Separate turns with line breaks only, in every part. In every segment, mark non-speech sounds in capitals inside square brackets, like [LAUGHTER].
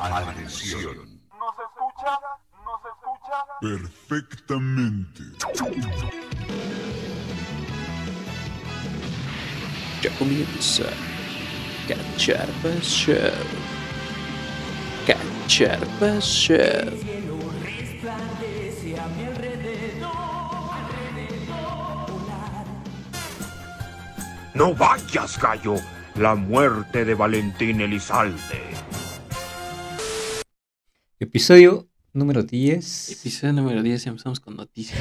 Atención.
¿Nos escucha? ¿Nos escucha?
Perfectamente.
Ya comienza Cacharpa Show. Cacharpa Show.
No vayas, gallo. La muerte de Valentín Elizalde.
Episodio número 10.
Episodio número 10, empezamos con [LAUGHS] noticias.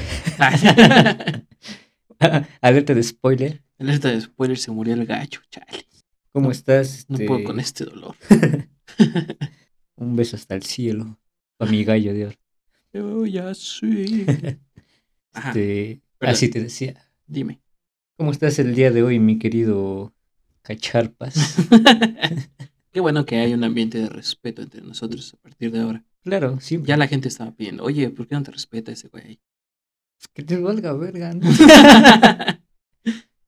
[LAUGHS] Alerta de spoiler.
Alerta de spoiler, se murió el gallo, chale.
¿Cómo estás?
No
Este,
puedo con este dolor.
Un beso hasta el cielo. Para mi gallo de oro.
Yo ya sí. [LAUGHS] Ajá,
Este,
Ah, perdón.
así te decía.
dime. [LAUGHS]
¿Cómo estás el día de hoy, mi querido Cacharpas?
[LAUGHS] Qué bueno que hay un ambiente de respeto entre nosotros a partir de ahora.
claro, sí.
Ya la gente estaba pidiendo, oye, ¿por qué no te respeta ese güey ahí? [LAUGHS]
Que te valga verga, ¿no?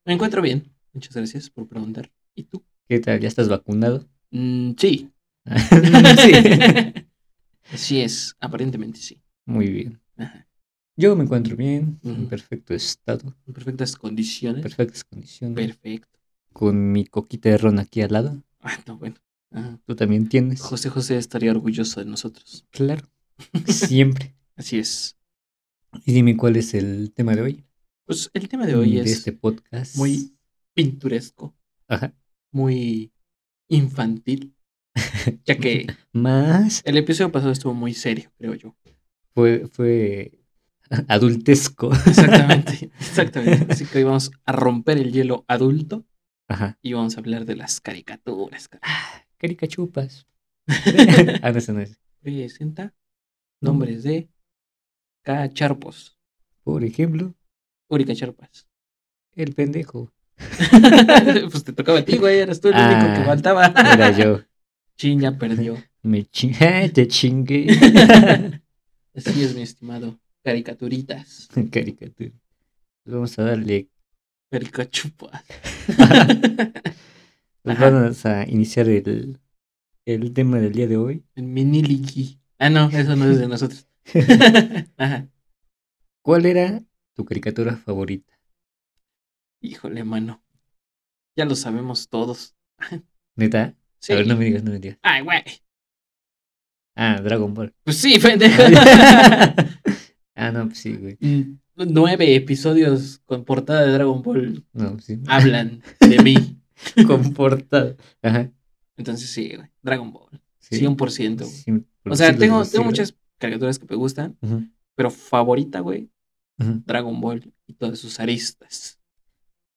Me encuentro bien. Muchas gracias por preguntar. ¿Y tú?
¿Qué tal? ¿Ya estás vacunado?
Mm, sí.
Mm, sí.
[LAUGHS] Así es, aparentemente sí.
Muy bien.
Ajá.
Yo me encuentro bien, en
Ujú.
perfecto estado,
En perfectas condiciones.
perfectas condiciones.
Perfecto.
con mi coquita de ron aquí al lado.
Ah, no, bueno. Ajá.
Tú también tienes.
José José estaría orgulloso de nosotros. [LAUGHS]
Claro. Siempre.
Así es.
Y dime cuál es el tema de hoy.
Pues el tema de hoy es
este podcast.
muy pintoresco,
Ajá.
muy
[LAUGHS]
infantil, ya que
Más
el episodio pasado estuvo muy serio, creo yo.
fue, fue [LAUGHS] adultesco. [LAUGHS]
Exactamente, exactamente. Así que hoy vamos a romper el hielo adulto
Ajá.
y vamos a hablar de las caricaturas. car-
Caricachupas. [LAUGHS] ah, no, ese no es.
Presenta nombres de cacharpos,
Por ejemplo, [LAUGHS]
uricacharpas.
el pendejo.
[LAUGHS] pues te tocaba a ti, güey, eras tú el único
Ah,
que faltaba. [LAUGHS]
Era yo.
Chin ya perdió.
Me [LAUGHS] ching... ¡Ah, te
[LAUGHS]
chingué.
Así es, mi estimado. Caricaturitas.
Caricatura. Pues Vamos a darle. [LAUGHS]
Caricachupas.
pues
Ajá.
Vamos a iniciar el, el tema del día de hoy.
El miniliki. Ah, no, eso no es
[LAUGHS]
de nosotros. Ajá.
¿Cuál era tu caricatura favorita?
Híjole, mano. Ya lo sabemos todos.
¿Neta?
Sí.
A ver, no me digas, no me digas.
Ay, güey.
Ah, Dragon Ball.
Pues sí,
[LAUGHS]
pendejo. [LAUGHS]
ah, no, pues sí, güey.
Mm, Nueve episodios con portada de Dragon Ball
No, pues sí.
hablan de mí.
[LAUGHS] Comportado. Ajá.
Entonces sí, güey. Dragon Ball.
Sí.
100%. güey.
Sí, por
O sea,
siglos de
tengo, tengo
siglos.
muchas caricaturas que me gustan,
Ujú,
pero favorita, güey,
ujú.
Dragon Ball y todas sus aristas.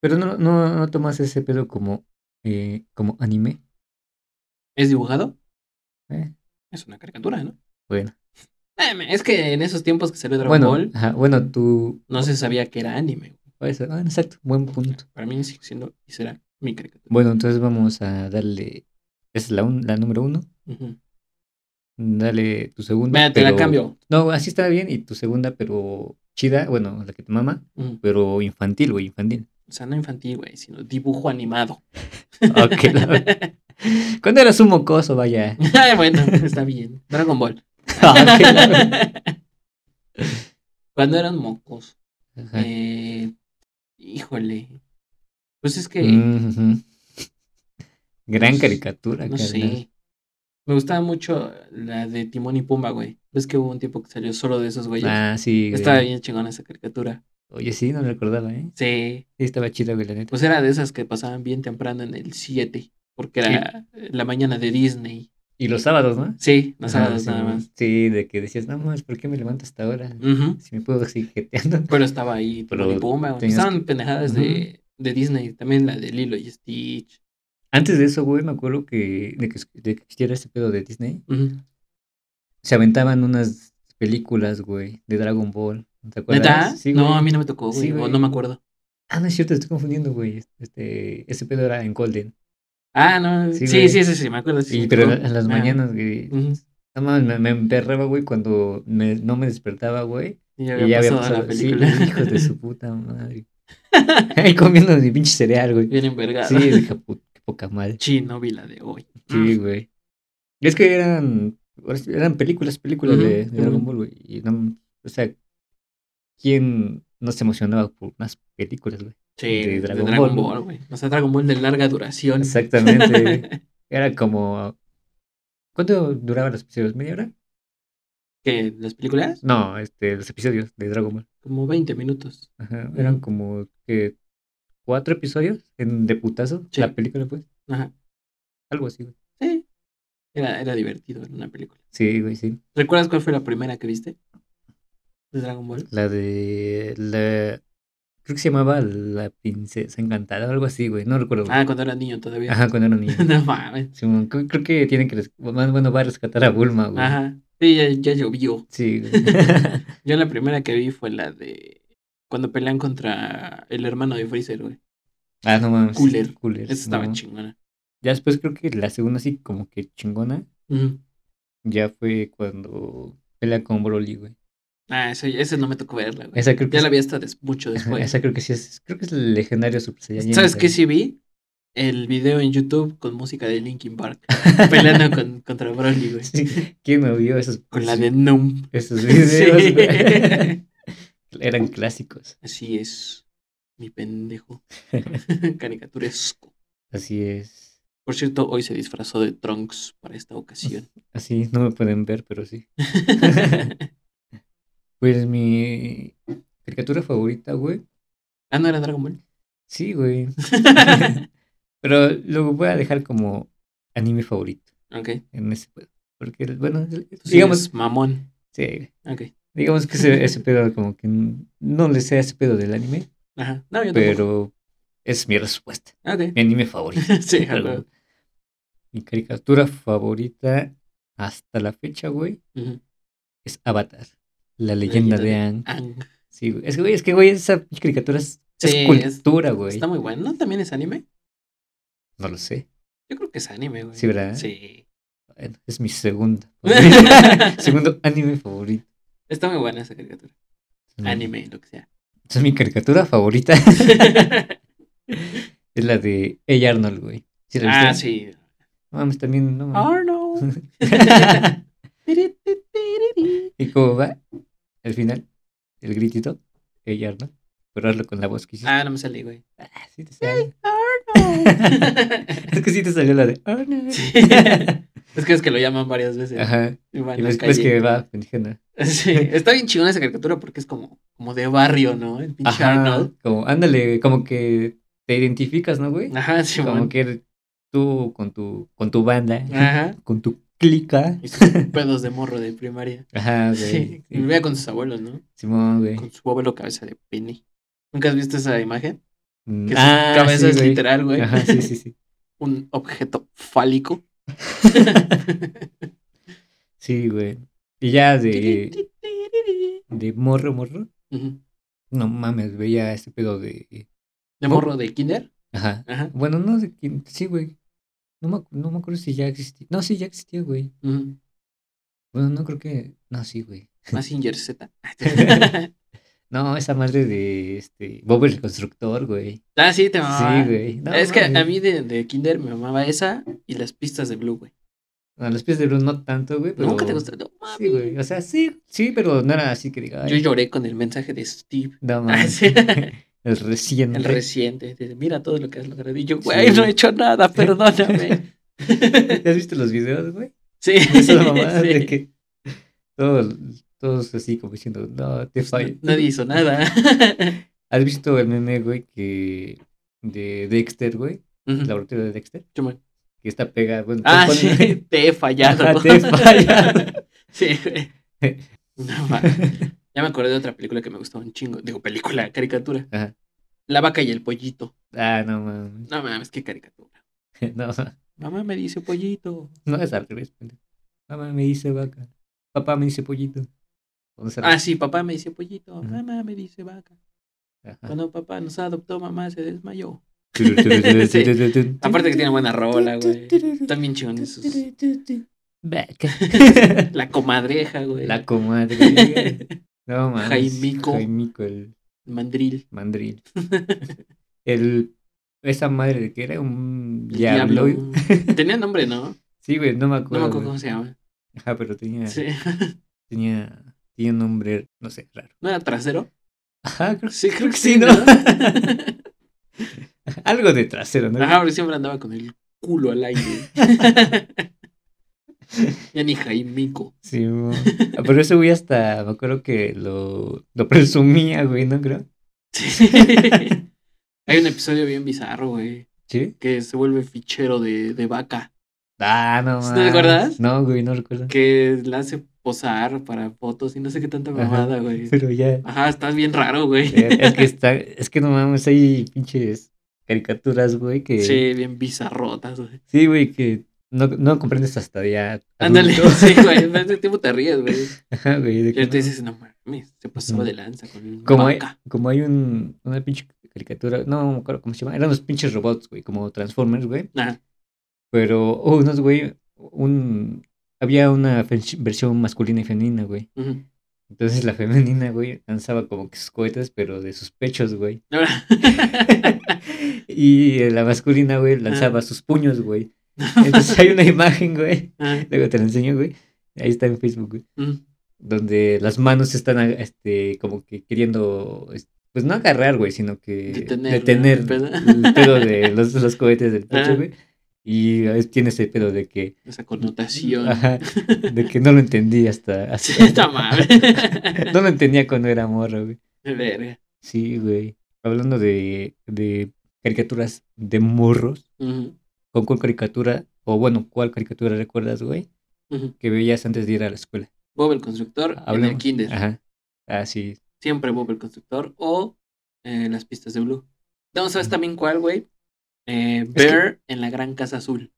Pero no, no, no tomas ese pedo como, eh, como anime.
¿Es dibujado?
¿eh?
Es una caricatura, ¿no?
Bueno.
Em, Es que en esos tiempos que salió Dragon
bueno,
Ball,
ajá, bueno, tú.
no se sabía que era anime. güey.
pues, ah, exacto, buen punto.
Para mí sigue siendo y será mi caricatura.
Bueno, entonces vamos a darle. Esa es la, un- la número uno.
Ujú.
Dale tu segunda.
Mira, te la
pero-
cambio.
No, así está bien. Y tu segunda, pero chida. Bueno, la que te mama,
Ujú.
pero infantil, güey, infantil.
O sea, no infantil, güey, sino dibujo animado. [LAUGHS]
Ok, la- [LAUGHS] Cuando eras un mocoso, vaya.
Ay, bueno, está bien. Dragon Ball.
Ah, Ok, la-
[LAUGHS] Cuando eran mocos.
Ajá.
Eh, híjole. Pues es que,
Mhm. Gran
Pues,
caricatura,
no
carnal.
sé. Me gustaba mucho la de Timón y Pumba, güey. Ves que hubo un tiempo que salió solo de esos güeyes.
Ah, sí. güey.
Estaba bien chingona esa caricatura.
Oye, sí, no recordaba, ¿eh?
Sí.
Sí, estaba chida, güey, la neta.
Pues era de esas que pasaban bien temprano en el 7, porque era eh, la mañana de Disney.
Y los sábados, ¿no?
Sí, los
Ajá,
sábados
sí,
nada más. Mm.
Sí, de que decías, no más, ¿por qué me levanto hasta ahora?
Ujú.
Si me puedo seguir jeteando.
Pero estaba ahí
Pero
Timón y Pumba. güey.
tenías
Estaban pendejadas de, de Disney, también la de Lilo y Stitch.
Antes de eso, güey, me acuerdo que de que, de que existiera ese pedo de Disney,
Ujú.
se aventaban unas películas, güey, de Dragon Ball. ¿Te acuerdas?
¿Neta?
Sí,
no,
güey.
a mí no me tocó, güey.
Sí,
o
güey.
no me acuerdo.
Ah, no es cierto, estoy confundiendo, güey. Este, ese pedo era en Golden.
Ah, no.
Sí,
Sí,
güey.
sí, sí, sí, me acuerdo. sí, Ah. sí
Y,
me
pero
tocó.
en las
Ajá.
mañanas, güey.
Ujú.
No mames, me, me emperraba, güey, cuando me- no me despertaba, güey.
Y ya había
Y ya había
pasado,
pasado.
la
Sí,
película.
[LAUGHS] hijos de su puta
[LAUGHS]
madre. Ahí comiendo mi pinche cereal, güey.
Bien envergada.
Sí, dije, "Pu- qué poca madre.
Mm. Sí, no vi la de hoy.
Sí, güey. Es que eran Ahora sí, Eran películas, películas
Ujú,
de, de
Simón.
Dragon Ball, güey. Y no- o sea, ¿quién no se emocionaba por unas películas, güey?
Sí,
de
de
Dragon
Dragon,
Ball.
Ball, güey. O sea, Dragon Ball de larga duración.
Exactamente. güey.
[LAUGHS]
Era como... ¿Cuánto duraban los episodios? ¿Media hora?
que las películas,
No, este, los episodios de Dragon Ball.
como 20 minutos.
Ajá, Eran
Ujú.
como que cuatro episodios en de putazo.
Sí.
La película, pues.
Ajá.
Algo así, güey.
Sí. Era, era divertido, era una película.
Sí, güey, sí.
¿Recuerdas cuál fue la primera que viste? De Dragon Ball.
La de... La... Creo que se llamaba La Princesa Encantada o algo así, güey. No recuerdo. güey.
Ah, cuando era niño todavía.
Mm. Ajá, cuando era niño.
[LAUGHS] no mames.
Simón, creo creo que tienen que... res- Bueno, bueno, va a rescatar a Bulma, güey.
Ajá. Sí, ya, ya llovió. [LAUGHS]
Sí, güey.
Yo la primera que vi fue la de cuando pelean contra el hermano de Freezer, güey.
ah, no mames.
Cooler.
Cooler.
Esa estaba
no.
chingona.
Ya después creo que la segunda así como que chingona
Ujú.
ya fue cuando pelea con Broly, güey.
Ah, esa, esa no me tocó verla, güey.
Esa creo que
Ya
es-
la vi hasta des- mucho
Ajá,
después.
Esa creo que sí es... Creo que es el legendario Super Saiyan.
¿Sabes
güey.
qué sí vi? El video en YouTube con música de
[LAUGHS]
Linkin Park. Peleando con, contra Broly, güey.
Sí, ¿Quién no vio esos, pues,
Con la de Noom. [LAUGHS]
esos videos? güey?
Sí.
[LAUGHS] Eran clásicos.
Así es,
[LAUGHS]
mi pendejo. Caricaturesco.
Así es.
Por cierto, hoy se disfrazó de Trunks para
[LAUGHS]
esta ocasión.
Así no me pueden ver, pero sí.
[LAUGHS]
[LAUGHS] Pues mi caricatura favorita, güey.
ah, no era Dragon Ball.
Sí,
[LAUGHS]
güey. [LAUGHS] Pero lo voy a dejar como anime favorito
ok.
en ese pedo. Porque, bueno,
Tú sí
digamos,
eres mamón.
sí,
Ok.
digamos que ese, ese pedo como que n- no le sé a ese pedo del anime,
Ajá. No, yo tampoco.
pero es mi respuesta.
Ok. [LAUGHS]
Mi anime favorito. [LAUGHS]
sí,
Algo.
[LAUGHS] algo.
Mi caricatura favorita hasta la fecha, güey,
Ujú.
es Avatar. La leyenda de Aang.
Ang.
Sí, güey. Es que, güey, es que, güey, esa pinche caricatura es, es
Sí, es-
cultura, güey.
Está muy bueno. ¿No también es anime?
No lo sé.
Yo creo que es anime, güey.
Sí, ¿verdad?
Sí.
Bueno, es mi segunda. favorita. [LAUGHS] Segundo anime favorito.
Está muy buena esa caricatura.
Es mi-
Anime, lo que sea.
Es mi caricatura favorita. es la de Hey Arnold, güey. ¿Sí la
ah,
viste?
sí.
No mames, también, no mames.
Arnold.
[LAUGHS] ¿Y cómo va? Al final, el gritito. Hey Arnold. Pero hazlo con la voz que hiciste.
ah, no me
[LAUGHS]
salí, güey.
Ah, sí te sale.
Arnold.
[LAUGHS] Es que sí te salió la de Arnold.
Sí.
[LAUGHS]
es que es que lo llaman varias veces.
Ajá.
Y va en
Y
la
después
calle.
que va, pendeja.
[LAUGHS] Sí, Está bien chingona esa caricatura porque es como, como de barrio, ¿no? El pinche
Ajá.
Arnold.
Como, ándale, como que te identificas, ¿no, güey?
Ajá, Ah, sí,
Como
bueno.
que tú con tu, con tu banda, [LAUGHS]
Ajá.
con tu clica.
Y sus pedos de morro de primaria.
Ajá,
Sí.
güey.
Y vivía con sus abuelos, ¿no?
Simón, güey.
Con su abuelo cabeza de pene. ¿Nunca has visto esa imagen?
Mm,
Que su cabeza
sí,
es
güey.
literal, güey.
Ajá, sí, sí, sí.
Un objeto fálico.
Sí, güey. Y ya de, de morro, morro.
Ujú.
No mames, veía ese pedo de.
De morro de kinder.
Ajá.
Ajá.
Bueno, no sé quién. Sí, güey. No me, acu- no me acuerdo si ya existía. No, sí, ya existía, güey.
Ujú.
Bueno, no creo que. No, sí,
[LAUGHS]
güey. [LAUGHS]
Mazinger Z.
No, esa madre de este. Bob el constructor, güey.
ah, sí, te mamaba.
Sí, güey. No,
es que
mames.
a mí de, de Kinder me mamaba esa y las pistas de Blue, güey.
A los pies de Blue no tanto, güey. Pero...
Nunca te gustó. No, mami.
Sí, güey. O sea, sí, sí, pero no era así que diga.
Yo
Ay,
lloré con el mensaje de Steve, [LAUGHS]
no
Ah,
mames.
sí.
El recién. [LAUGHS]
el reciente. de, mira todo lo que has logrado. Y yo,
Sí.
güey, no he
[LAUGHS]
hecho nada, perdóname.
¿Has visto los videos,
[LAUGHS]
güey?
sí.
[LAUGHS] Esa mamada
sí.
de que todos, todos así como diciendo, no,
Pues
te fallo.
Nadie
[LAUGHS]
hizo nada.
¿Has visto el meme, güey, que de Dexter, güey?
Ujú.
El laboratorio de Dexter,
Chumel.
que está pegado. Bueno,
ah,
pone-
sí, [LAUGHS] te he fallado.
pues, Ajá, te he fallado.
[LAUGHS] sí,
[LAUGHS]
güey. No, ma. ya me acordé de otra película que me gustó un chingo. Digo, película, caricatura.
Ajá.
La vaca y el pollito.
Ah, no, mames. [LAUGHS]
No mames, qué caricatura.
No,
Mamá me dice pollito.
no es al revés. pendejo. Mamá me dice vaca. Papá me dice pollito. ¿O no es al
Ah, sí, papá me dice pollito.
Ujú. Ah.
Mamá me dice vaca.
revés?
[LAUGHS]
Ajá.
Cuando papá nos adoptó, mamá se desmayó. [LAUGHS] Sí. Aparte
Aparte [LAUGHS]
que tiene buena rola, güey. También chingón esos. [LAUGHS] La comadreja,
[LAUGHS]
güey.
La comadre. No mames.
Jaimico.
Jaimico, el
Mandril.
mandril. El. Esa madre que era un
El
diablo. [LAUGHS]
diablo. Tenía nombre, ¿no?
Sí, güey, no me
No
acuerdo.
me acuerdo
güey.
cómo se llama.
Ajá, pero tenía,
Sí.
tenía, tenía un nombre, no sé, raro. [LAUGHS]
¿No era trasero?
Ajá, creo
Sí, creo que
Sí,
sí,
[LAUGHS]
¿no?
¿no? que- algo de trasero, ¿no?
Ajá, porque siempre andaba con el culo al aire.
[LAUGHS]
ya
[LAUGHS]
ni Jaimico.
Sí,
[LAUGHS]
mo. Ah, pero ese güey hasta, me acuerdo que lo, lo presumía, güey, ¿no creo?
Sí. [LAUGHS] Hay un episodio bien bizarro, güey.
¿Sí?
Que se vuelve fichero de, de vaca.
Ah, no
¿Sí
más.
te acuerdas?
No, güey, no recuerdo.
Que la hace posar para fotos y no sé qué tanta
Ajá.
mamada, güey.
Pero
[LAUGHS]
ya,
Ajá, estás bien raro, güey.
ya, es que está, es que no mames, hay pinches caricaturas, güey, que...
Sí, bien bizarrotas, güey.
Sí, güey, que no, no comprendes hasta ya. [LAUGHS]
Ándale,
adulto.
sí, güey. En ese tiempo te ríes, güey.
Ajá, güey, de
Y
que
ahorita
no-
dices, no mames, se pasaba de lanza con el
como hay,
vaca.
como hay un, una pinche caricatura, no no me acuerdo cómo se llama, eran los pinches robots, güey, como Transformers, güey.
Ajá.
Pero, oh, unos, güey, un, había una fe- versión masculina y femenina, güey.
ujú. [LAUGHS]
Entonces la femenina, güey, lanzaba como que sus cohetes, pero de sus pechos, güey. [LAUGHS]
Ahora-
y eh, la masculina, güey, lanzaba sus puños, güey. Entonces hay una imagen, güey.
Ajá,
Luego te la enseño, güey. Ahí está en Facebook, güey.
ujú.
donde las manos están a- este, como que queriendo, es- pues no agarrar, güey, sino que
Detener,
detener
¿no? El pedo.
el pedo
[LAUGHS]
de los, los cohetes del
Ah.
pecho, güey. Y ah, es- tiene ese pedo de que,
Esa connotación.
ajá, de que no lo entendí hasta...
[LAUGHS] Sí,
hasta-
está mal.
no lo entendía cuando era morro, güey.
[LAUGHS] Verga.
Sí, güey. Hablando de, de caricaturas de morros,
Ujú,
¿con cuál caricatura, o bueno, cuál caricatura recuerdas, güey,
ujú.
que veías antes de ir a la escuela?
Bob el constructor en el
Hablemos.
kinder.
Ajá. Ah, sí.
Siempre Bob el constructor o eh, las pistas de Blue. No, ¿sabes también cuál, güey? Eh,
que-
Bear en la gran casa azul.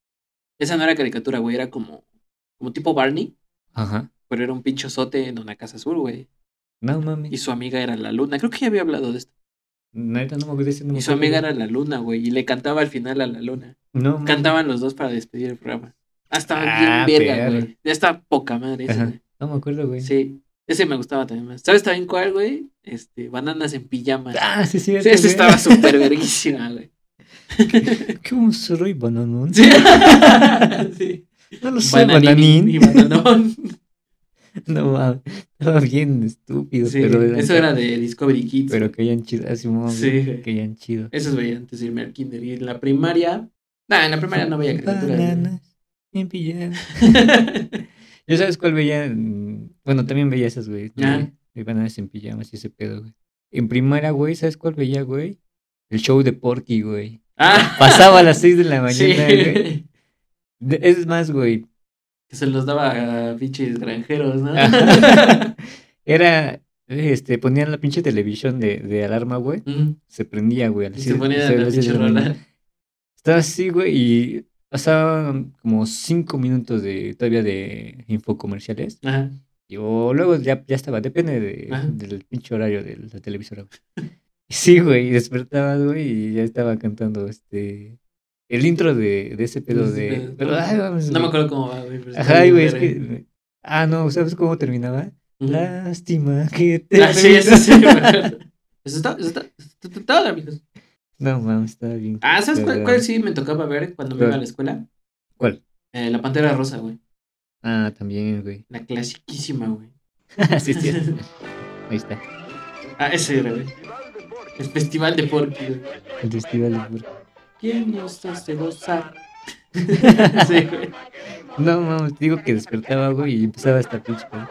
Esa no era caricatura, güey, era como, como tipo Barney,
Ajá.
pero era un pinchosote en una casa azul, güey.
No mames.
Y su amiga era la luna. Creo que ya había hablado de esto.
Neta, no me acuerdo ese, no me
Y su
acuerdo.
amiga era la luna, güey. Y le cantaba al final a la luna.
No, mames.
Cantaban los dos para despedir el programa. Ah, estaba
Ah,
bien verga,
perro.
güey. Ya está poca madre ese,
Ajá.
güey.
No me acuerdo, güey.
Sí. Ese me gustaba también más. ¿Sabes también cuál, güey? Este, bananas en pijama.
Ah, sí, sí.
Sí, ese estaba súper verguísima, güey.
[LAUGHS] ¿Qué un zorro y bananón?
Sí. [LAUGHS] sí.
No lo sé,
Bananín
Pues, bananín.
y bananón.
[LAUGHS] No mames. Estaba bien estúpido.
Sí,
[LAUGHS] pero
eso era de Discovery Kids.
Pero caían chido. Así, mames.
Sí, güey.
Caían chido.
Esos veía antes de irme al kinder. Y en la primaria... Nah, en la primaria no veía caricaturas. güey.
Bananas. Bien pillado. ¿Yo sabes cuál veía? Mm, Bueno, también veía esas, güey. de-
Ah.
De bananas en pijamas y ese pedo, güey. En primera, güey, ¿sabes cuál veía, güey? El show de Porky, güey.
[LAUGHS] ah,
[LAUGHS] Pasaba a las 6 de la
sí.
mañana, güey. De- Es más, güey.
Que [LAUGHS] se los daba a pinches granjeros, ¿no?
Ah.
[LAUGHS]
[LAUGHS] Era, este, ponían la pinche televisión de, de alarma, güey.
Mm,
Se prendía, güey. a las
y
seis-
se ponía
seis-
la
seis de la
pinche
mañana.
rola.
Estaba así, güey, y pasaban como cinco minutos de todavía de infocomerciales.
Ajá.
Y o luego ya, ya estaba, depende de-
Ajá.
del pinche horario de la televisora. güey. Sí, güey, y despertabas, güey, y ya estaba cantando este el intro de, de ese pedo
Sí,
de.
pero-
pero, ay, vamos,
No me
güey.
acuerdo cómo va, güey. pero está
Ajá,
bien
güey, es
verga.
que. Ah, no, ¿sabes cómo terminaba?
Ujú.
Lástima que te.
Ah, sí, eso
[LAUGHS]
sí. me acuerdo. Eso está, eso está, eso está todo, amigos.
No, mames, estaba bien.
Ah, ¿sabes cuál,
cagado.
cuál sí me tocaba ver cuando me
Este, ¿Cuál?
iba a la escuela?
¿Cuál?
Eh, la Pantera Rosa, güey.
Ah, también,
[LAUGHS]
güey.
La clasiquísima, güey.
sí, sí. Ahí está.
[LAUGHS] Ah, ese era, güey. El Festival de Porky, güey.
El festival de Burke.
¿Quién nos hace gozar? [LAUGHS] sí, güey.
No, mames, te digo que despertaba, güey, y empezaba esta pinche. güey.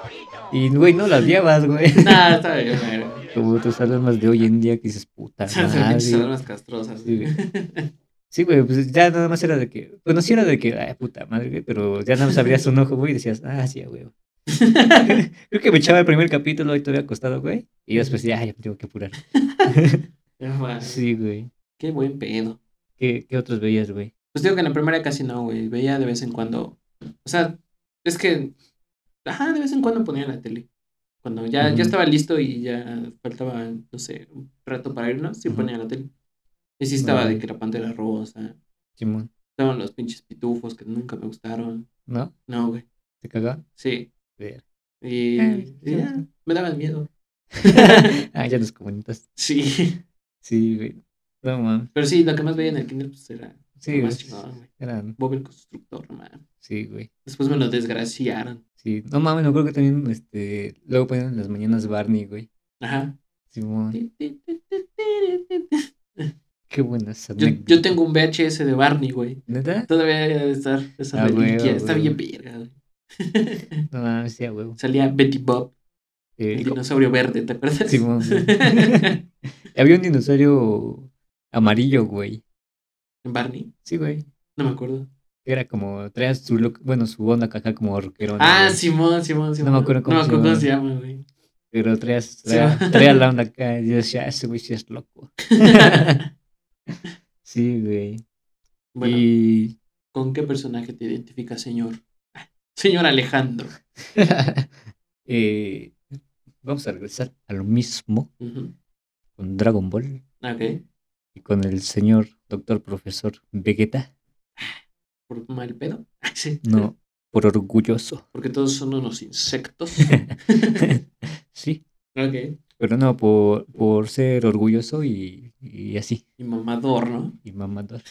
Y, güey, no la odiabas,
[LAUGHS]
güey.
Nah, está bien, güey.
Como otras almas de hoy en día que dices, puta
Esas pinches
madre.
almas castrosas,
Sí,
güey.
güey. Sí, güey, pues ya nada más era de que. Bueno, sí era de que, ay, puta madre, güey, pero ya nada más abrías un ojo, güey, y decías, ah, sí, güey.
[LAUGHS]
Creo que me echaba el primer capítulo y todavía acostado, güey. Y después, ya, ya me tengo que apurar.
No mames.
Sí, güey.
Qué buen pedo.
¿Qué, qué otros veías, güey?
Pues digo que en la primaria casi no, güey. Veía de vez en cuando. O sea, es que. Ajá, de vez en cuando ponía la tele. Cuando ya,
Ujú.
ya estaba listo y ya faltaba, no sé, un rato para irnos, sí
Ujú.
ponía la tele. Y sí estaba de
Órale.
que la pantera rosa.
Simón,
Estaban los pinches pitufos que nunca me gustaron.
¿no?
No, güey.
¿Te
[LAUGHS]
cagaba? [LAUGHS]
Sí.
Ver.
Y,
Eh,
y ya, me daban miedo.
ah, ya nos comentas.
Sí. [LAUGHS]
Sí, güey. No, man.
Pero sí, lo que más veía en el kinder pues, era lo
Sí,
más
güey.
chingón, güey.
Eran.
Bob el constructor, man.
Sí, güey.
Después me lo desgraciaron.
Sí, no mames, no creo que también, este, luego ponían en las mañanas Barney, güey.
Ajá.
Simón, qué buenas
Yo,
anécdotas.
yo tengo un VHS de Barney, güey.
¿Neta?
Todavía debe estar esa
Ah,
reliquia.
huevo,
Está
huevo.
bien verga, güey.
No mames, sí, a huevo.
Salía Betty Bob,
Eh,
el dinosaurio verde, ¿te acuerdas? [LAUGHS]
Simón, güey. Había un dinosaurio amarillo, güey.
en Barney,
Sí, güey.
no me acuerdo.
Era como, traía su look, bueno, su onda acá como rockerona.
Ah,
güey.
Simón, Simón, Simón.
acuerdo cómo
no me
se
acuerdo cómo
llama.
se llama, güey.
Pero traía, traía,
Simón.
traía la onda acá. Y yo decía, "Ah, ese güey sí es loco. sí, güey.
bueno,
Y [LAUGHS]
¿con qué personaje te identificas, señor? Ah, Señor Alejandro.
Eh, vamos a regresar a lo mismo
Ujú, Ah,
con Dragon Ball
Ok,
y con el señor doctor profesor Vegeta.
por mal pedo. Ay, sí.
No, por orgulloso.
[LAUGHS]
[LAUGHS]
Porque todos son unos insectos.
sí,
ok.
pero no, por, por ser orgulloso y, y así,
Y mamador, ¿no?
y
[LAUGHS]
mamador.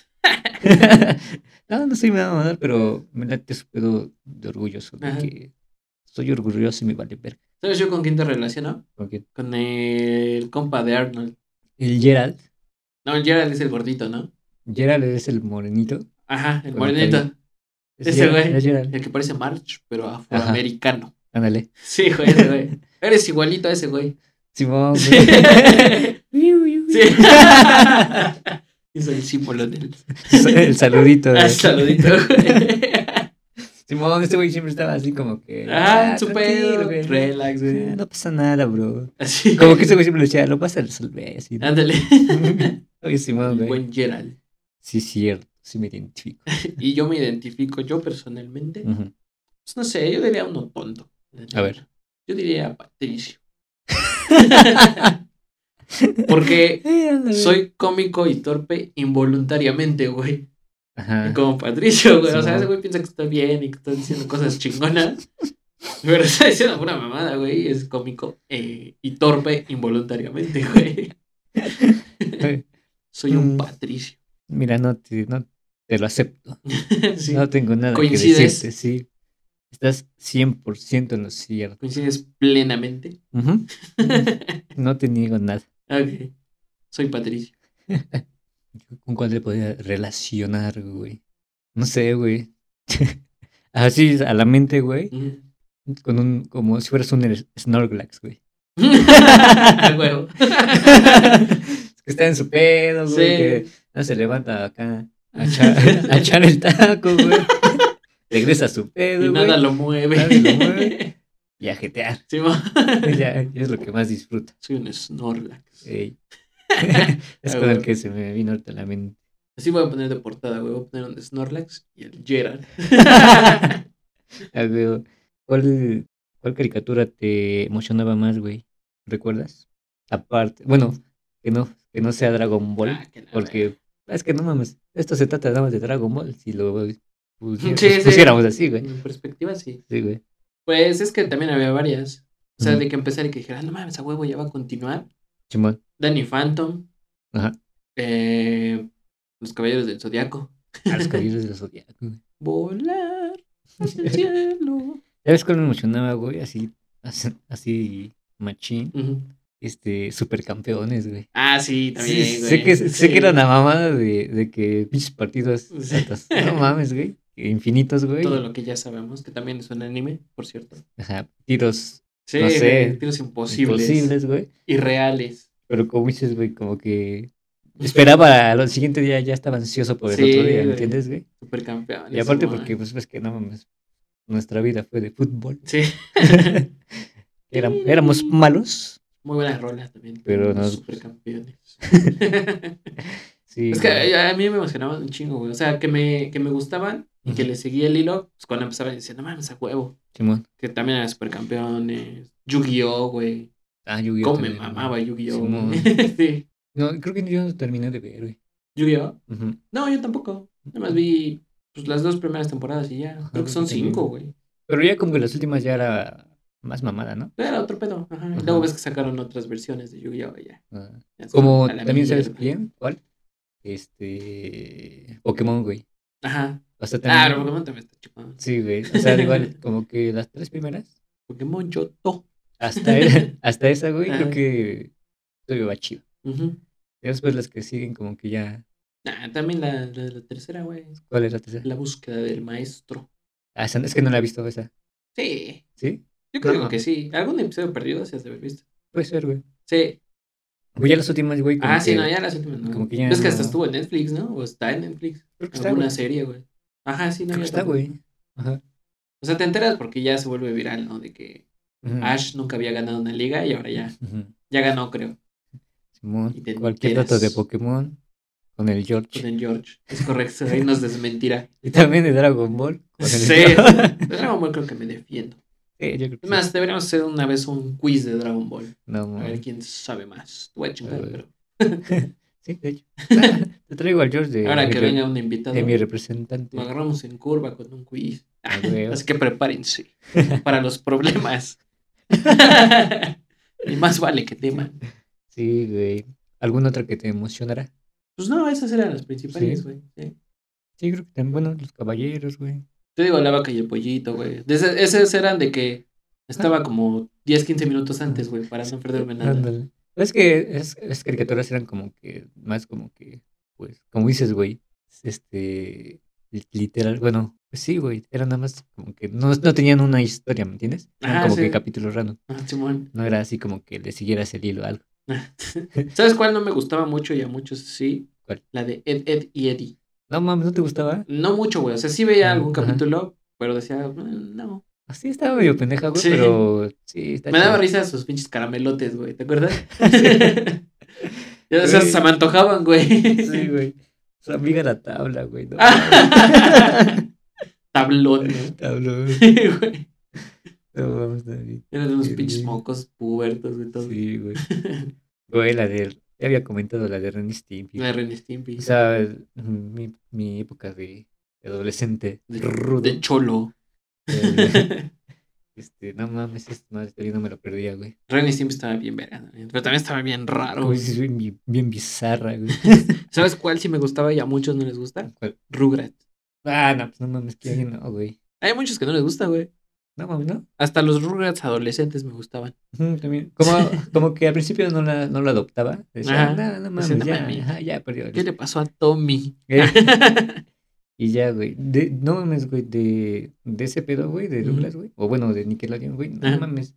[LAUGHS] no, no soy mamador, pero me late su pedo de orgulloso. de
Ajá.
que soy orgulloso y me vale verga.
¿Sabes yo con quién te relaciono?
Porque
Con el compa de Arnold.
el Gerald,
No, el Gerald es el gordito, ¿no?
Gerald es el morenito.
Ajá, el
Con
morenito.
cabello. Es
Ese
Gerald,
güey.
es Gerald.
El que parece March, pero afroamericano.
Ándale.
Sí, güey, ese güey. [LAUGHS] Eres igualito a ese güey.
Simón,
Sí. [LAUGHS]
güey.
Sí. es el símbolo del
El saludito. güey.
Ah, saludito, [LAUGHS] güey.
Simón, este güey siempre estaba así como que.
Ah, en su
tranquilo,
pedo.
güey.
Relax, güey.
Ah, No pasa nada, bro.
Así.
Como que ese güey siempre le decía, lo vas a resolver. Así. ¿no?
Ándale.
[LAUGHS] Oye, Simón,
El
güey.
Buen Gerald.
Sí, cierto. Sí, me identifico.
Y yo me identifico, yo personalmente.
Ujú.
Pues no sé, yo diría uno tonto.
A ver.
Yo diría
[LAUGHS]
Patricio. [LAUGHS] Porque
Eh, ándale. [LAUGHS]
soy cómico y torpe involuntariamente, güey.
Ajá.
Como Patricio, güey. O sea,
Simón.
ese güey piensa que está bien y que está diciendo cosas chingonas. Pero está diciendo pura mamada, güey. Es cómico eh, y torpe involuntariamente, [LAUGHS] güey. Soy un
Mm.
Patricio.
[LAUGHS]
[LAUGHS]
Mira, no te, no te lo acepto.
Sí.
No tengo nada
Coincides.
que decirte, sí. Estás 100% en lo cierto.
Coincides plenamente.
Ujú. [LAUGHS] No te niego nada.
Ok. Soy
[LAUGHS]
Patricio.
¿Con cuál le podría relacionar, güey? No sé, güey. [LAUGHS] Así a la mente, güey.
Mm.
[LAUGHS] Con un, como si fueras un er- Snorlax,
[LAUGHS]
güey. [LAUGHS]
A huevo.
Es que está en su pedo, güey.
Sí.
Que no se levanta acá a echar, a echar el taco,
[LAUGHS]
güey. Regresa a su pedo,
Y
güey.
nada lo mueve.
Nadie lo mueve. Y a jetear.
[LAUGHS] Sí, mo-
[LAUGHS]
[LAUGHS]
Ya, ya es lo que más disfruta.
Soy un Snorlax.
Ey. [LAUGHS] es
Ah,
con el
güey.
que se me vino ahorita a la mente.
[LAUGHS] Así voy a poner de portada, güey. Voy a poner un Snorlax y el Gerard.
Ah, güey. ¿Cuál, ¿Cuál caricatura te emocionaba más, güey? ¿Recuerdas? Aparte, bueno, que no, que no sea Dragon Ball,
Ah, que la verga.
porque es que no mames, esto se trata nada más de Dragon Ball, si lo pusi-
sí.
pusiéramos así, güey.
En perspectiva, sí.
Sí, güey.
Pues es que también había varias. O sea,
Ujú.
de que empezar y que dijera, "Ah, no mames, a huevo ya va a continuar.
Chimón.
Danny Phantom.
Ajá.
eh, Los Caballeros del Zodiaco.
A los caballeros del Zodiaco, güey.
Volar hacia
[LAUGHS]
el cielo.
¿Sabes cuál me emocionaba, güey? Así, así, así machín,
Ujú.
este, supercampeones, güey.
Ah, sí, también.
Sí,
güey.
sé que, sé
Sí.
que era una mamada de, de que pinches partidos
Sí.
altos. No mames, güey. Infinitos, güey.
Todo lo que ya sabemos, que también es un anime, por cierto.
Ajá. Tiros
Sí,
No sé.
tiros imposibles,
imposibles, güey.
irreales.
Pero como dices, güey, como que esperaba al siguiente día, ya estaba ansioso por el
Sí,
otro día,
güey.
¿me entiendes, güey?
Supercampeones.
Y aparte
¿no?
porque, pues, ves que no mames, nuestra vida fue de
[LAUGHS]
fútbol. [LAUGHS]
Sí,
Éram- éramos malos,
muy buenas rolas también.
Pero
los
no-
Supercampeones.
[LAUGHS] sí.
es que eh, a a mí me emocionaban un chingo, güey. O sea, que me, que me gustaban y que
Ujú.
le seguía el hilo, pues cuando empezaban diciendo, no mames, a huevo.
Simón.
Que también eran supercampeones. Yu-Gi-Oh, güey.
Ah, Yu-Gi-Oh!
Cómo me
también, güey.
mamaba Yu-Gi-Oh.
Simón.
güey. [LAUGHS] sí.
No, creo que yo no terminé de ver, güey.
Yu-Gi-Oh.
Ujú.
No, yo tampoco. Nada más vi pues, las dos primeras temporadas y ya. Creo que son
creo que también.
cinco, güey.
Pero ya como que las últimas ya era más mamada, ¿no?
Era otro pedo. Ajá. Y
Ajá.
Luego ves que sacaron otras versiones de Yu-Gi-Oh! y ya.
Ah.
Ya se
Como
van a la
también sabes
mierda.
bien, ¿cuál? Este. Pokémon, güey.
Ajá.
O sea, también.
Claro, Pokémon también está chupado.
Sí, güey. O sea, igual, como que las tres primeras.
Pokémon Yoto.
Hasta,
[LAUGHS]
e- hasta esa, güey, creo
Ah.
que todavía va chido.
Ujú.
Y después las que siguen, como que ya.
Ah, también la, la, la tercera, güey.
¿Cuál es la tercera?
La búsqueda del maestro.
Ah, esa- es que no la he visto esa.
Sí.
¿Sí?
Yo creo
No.
que sí. Algún episodio perdido se has de haber visto.
Puede ser, güey.
Sí.
Pues ya las últimas, güey. como
Ah, sí,
que-
no, ya las últimas. No.
como que ya
es que hasta
no-
estuvo en Netflix, ¿no? O está en Netflix.
Creo que está,
Alguna
güey.
serie, güey. Ajá, sí, no.
Creo
ya
que está,
tampoco.
güey. Ajá.
O sea, te enteras porque ya se vuelve viral, ¿no? De que
Ujú.
Ash nunca había ganado una liga y ahora ya,
Ujú.
ya ganó, creo,
Simón,
Y te
cualquier dato de
enteras.
Pokémon con el George.
con el George. Es correcto, ahí nos desmentirá.
[LAUGHS] Y también de Dragon Ball. con el
Sí,
George.
[LAUGHS] de Dragon Ball creo que me defiendo.
Sí, yo creo que
Es
sí.
más, deberíamos hacer una vez un quiz de Dragon Ball.
No,
A
mames.
ver quién sabe más. Te voy a
Mm. A
chingar,
ver.
pero.
Sí, de hecho. [LAUGHS] Te traigo al George de,
Ahora
de-
que venga un invitado,
de Eh, mi
lo
representante.
agarramos en curva con un quiz.
A
[LAUGHS]
huevo.
Así que prepárense para
[LAUGHS]
los problemas. y más vale que teman.
Sí, güey. ¿Algún otro que te emocionará?
Pues no, esas eran las principales,
Sí.
güey. sí.
Sí, creo que también, bueno, los caballeros, güey.
Te digo, la vaca y el pollito, güey. De ese- Esas eran de que estaba como 10, 15 minutos antes, güey, para no perderme nada.
Ándale. Es que es, las caricaturas eran como que, más como que, pues, como dices, güey, este, li- literal, bueno, pues sí, güey, eran nada más como que, no, no tenían una historia, ¿me entiendes? Eran
Ah,
como
sí.
que capítulos random,
Ah, Simón.
no era así como que le siguieras el hilo a algo.
¿Sabes cuál no me gustaba mucho y a muchos sí?
¿Cuál?
La de Ed, Ed y Eddie.
No mames, ¿no te gustaba?
No mucho, güey. O sea, sí veía
Ah,
algún
ajá.
capítulo, pero decía, "Mm, no.
Así estaba medio pendeja, güey,
Sí.
pero sí, está
Me daba
chido.
risa sus pinches caramelotes, güey. ¿Te acuerdas?
[LAUGHS]
[LAUGHS] Ya, o
Güey.
sea, se me antojaban,
Sí,
güey.
[LAUGHS]
[LAUGHS]
güey. Su amiga la tabla, güey. No,
Ah.
[LAUGHS]
Tablón, [LAUGHS] ¿no?
tabla, güey.
güey.
No mames, David.
Eran unos
Qué
pinches
bien.
mocos pubertos, güey. Todo.
Sí, güey. Güey, la de. Ya había comentado la de Ren y Stimpy.
La Ren y Stimpy.
O sea, mi, mi época de de adolescente
de,
rudo.
de cholo.
eh, este, no mames, esta madre todavía no me lo perdía, güey.
Ren y Stimpy estaba bien verano, pero también estaba bien raro.
Como
güey.
dices, bien, bi- bien bizarra,
[LAUGHS]
güey.
¿Sabes cuál sí me gustaba y a muchos no les gusta?
¿Cuál?
Rugrats.
Ah, no, pues no mames, que alguien no, güey.
Hay muchos que no les gusta, güey.
No mames, ¿no?
Hasta los Rugrats adolescentes me gustaban.
Ujú, También. Como, como que al principio no la, no la adoptaba. Decía,
Ajá.
no, no
Decía,
mames,
"No
ya,
mames".
ajá, ya perdió. el
¿Qué le pasó a Tommy?
Eh, [LAUGHS] y ya, güey. De, no mames, güey, de, de ese pedo, güey, de
Ujú.
Douglas, güey. O bueno, de Nickelodeon, güey. No
Ajá.
mames.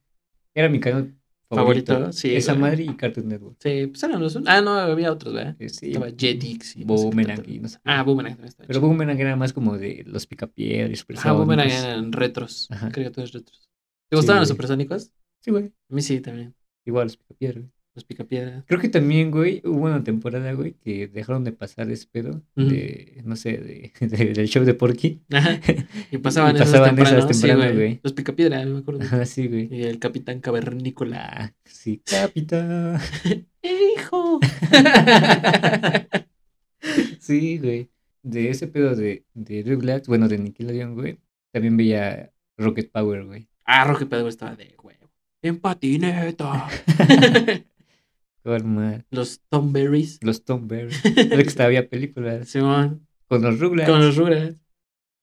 Era mi canal favorito.
Favorito, sí.
Esa
güey.
madre y Cartoon Network.
Sí, pues eran los. Ah, no, había otros, ¿verdad?
Eh, Sí.
Estaba Jetix. y no sé qué
Boomerang
tanto.
y no sé.
Ah, Boomerang también estaba
Pero
chido.
Boomerang era más como de los picapiedras,
Ah,
supersónicos.
Boomerang eran retros.
Ajá.
Creo que todos retros.
Sí,
¿Te gustaban los
güey.
supersónicos?
Sí, güey.
A mí sí, también.
Igual los picapiedras. güey. [LAUGHS]
Los Picapiedra.
Creo que también, güey, hubo una temporada, güey, que dejaron de pasar ese pedo
Ujú.
de, no sé, de, de- del show de Porky.
Ajá. Y pasaban,
Y
esas
pasaban esas
temprano, sí,
temprano,
güey.
güey.
Los Picapiedra, me acuerdo.
Ajá, sí, güey.
Y el Capitán Cavernícola.
Ah, sí, capitán.
¡Eh, hijo!
Sí, güey. De ese pedo de, de Rugrats, bueno, de Nickelodeon, güey, también veía Rocket Power, güey.
[LAUGHS] ah, Rocky Pedro estaba de huevo.
[LAUGHS]
En patineta.
Cuál más?
los Tomberries.
Los Tom Berry. Creo que hasta había películas
Simón.
con los Rugrats.
Con los Rugrats.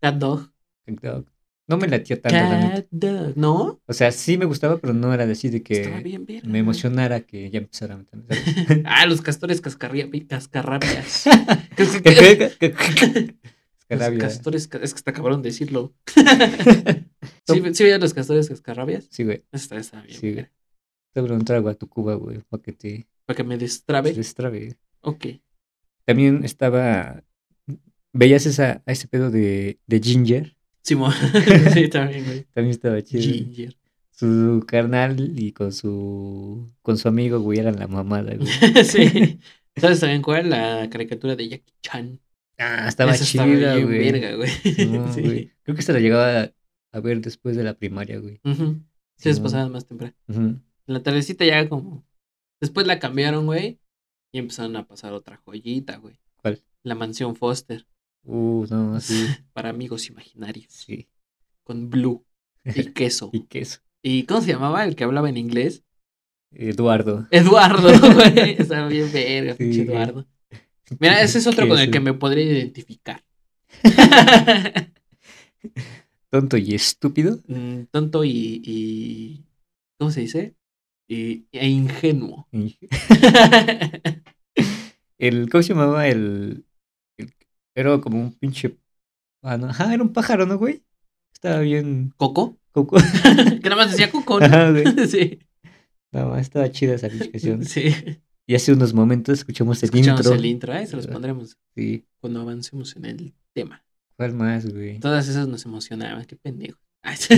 Cat Dog.
Cat Dog. No me latía tanto, la neta.
Cat Dog. ¿No?
O sea, sí me gustaba, pero no era decir de
Estaba
que
bien verga.
me emocionara que ya empezara a meterme, ¿sabes?
Ah, los castores cascarria-
[LAUGHS]
cascarrabias. los
Escarabia.
castores. ca- Es que está
[LAUGHS]
cabrón decirlo. ¿Sí, ve- sí veían los castores cascarrabias?
Sí, güey.
Está, está bien.
Sí, güey.
verga.
Te voy a preguntar algo a tu Cuba, güey, para que te
Para que me
te
destrabe.
destrabe.
Ok.
También estaba... ¿Veías esa, a ese pedo de, de Ginger? [LAUGHS]
Simón. sí, también, güey.
También estaba chido. güey.
Ginger. [LAUGHS]
su carnal y con su con su amigo, güey, eran la mamada,
[LAUGHS]
güey.
sí. ¿Sabes también cuál? La caricatura de Jackie Chan.
Ah, estaba
Esa
chida,
bien
güey.
verga, güey.
Simón,
[LAUGHS] Sí.
güey. Creo que se la llegaba a, a ver después de la primaria, güey.
Ujú. Sí, les
Simón.
pasaban más temprano.
Ujú.
En la tardecita ya como... Después la cambiaron, güey. Y empezaron a pasar otra joyita, güey.
¿Cuál?
La mansión Foster.
Uh, no, sí,
[LAUGHS] Para amigos imaginarios.
sí.
Con blue
[LAUGHS]
y queso.
Y queso.
¿Y cómo se llamaba el que hablaba
[LAUGHS]
en inglés?
Eduardo.
Eduardo, güey. Estaba bien verga,
Sí, [LAUGHS]
pinche
güey.
Eduardo. Mira, ese es otro con el
Queso. [LAUGHS]
que me podría identificar.
Tonto y estúpido.
Mm, Tonto y, y- ¿Cómo se dice? Y, e ingenuo.
[LAUGHS] El, ¿Cómo se llamaba? El, el- Era como un pinche. Ah, no, Ajá, era un pájaro, ¿no, güey? Estaba bien
¿Coco?
[LAUGHS] coco.
Que nada más decía Coco.
[LAUGHS]
¿no? [LAUGHS]
Ajá, güey.
Sí,
No, estaba chida esa pinche
[LAUGHS]
canción.
sí.
Y hace unos momentos escuchamos el
Escuchamos
intro.
el intro, ¿eh? se los
¿verdad?
pondremos
Sí.
cuando avancemos en el tema.
¿Cuál más, güey?
Todas esas nos emocionaban,
[LAUGHS]
qué pendejo. Ay,
Es que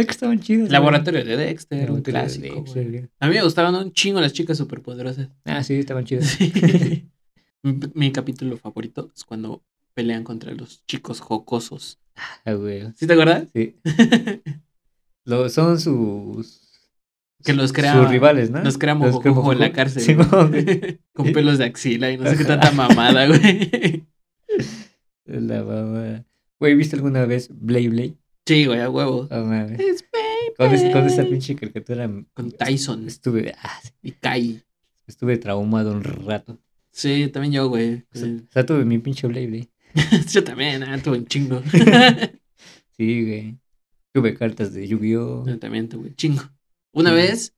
estaban chidas. güey.
[LAUGHS] Laboratorio de Dexter, un
Laboratorio de
clásico.
Dexter,
güey.
güey.
A mí me gustaban un chingo las chicas superpoderosas.
Ah, sí, estaban
[LAUGHS]
chidas.
Sí. mi, mi capítulo favorito es cuando pelean contra los chicos jocosos.
Ah, güey.
¿Sí te acuerdas? [LAUGHS]
Sí. Lo- son sus.
Que los
sus
creaban-
rivales, ¿no?
Los creamos
Los ¿Ah? creamos
en la
Jojojo.
cárcel.
Sí,
güey.
mo, güey.
[LAUGHS] Con pelos de axila y no sé qué tanta
[LAUGHS]
mamada, güey.
La mamá. Güey, ¿viste alguna vez Blay Blay?
Sí, güey, a huevo.
No mames.
It's
Con, es- con
baby.
esa pinche caricatura
Eh.
mm,
Con Tyson
estuve, ah, sí,
y Kai.
estuve traumado un rato.
Sí, también yo, güey.
O sea, o sea, tuve mi pinche Blay Blay.
[LAUGHS] Yo también, ah, tuve un chingo.
[LAUGHS] Sí, güey. Tuve cartas de Yu-Gi-Oh!
Yo también tuve un chingo. Una
Ujú.
vez,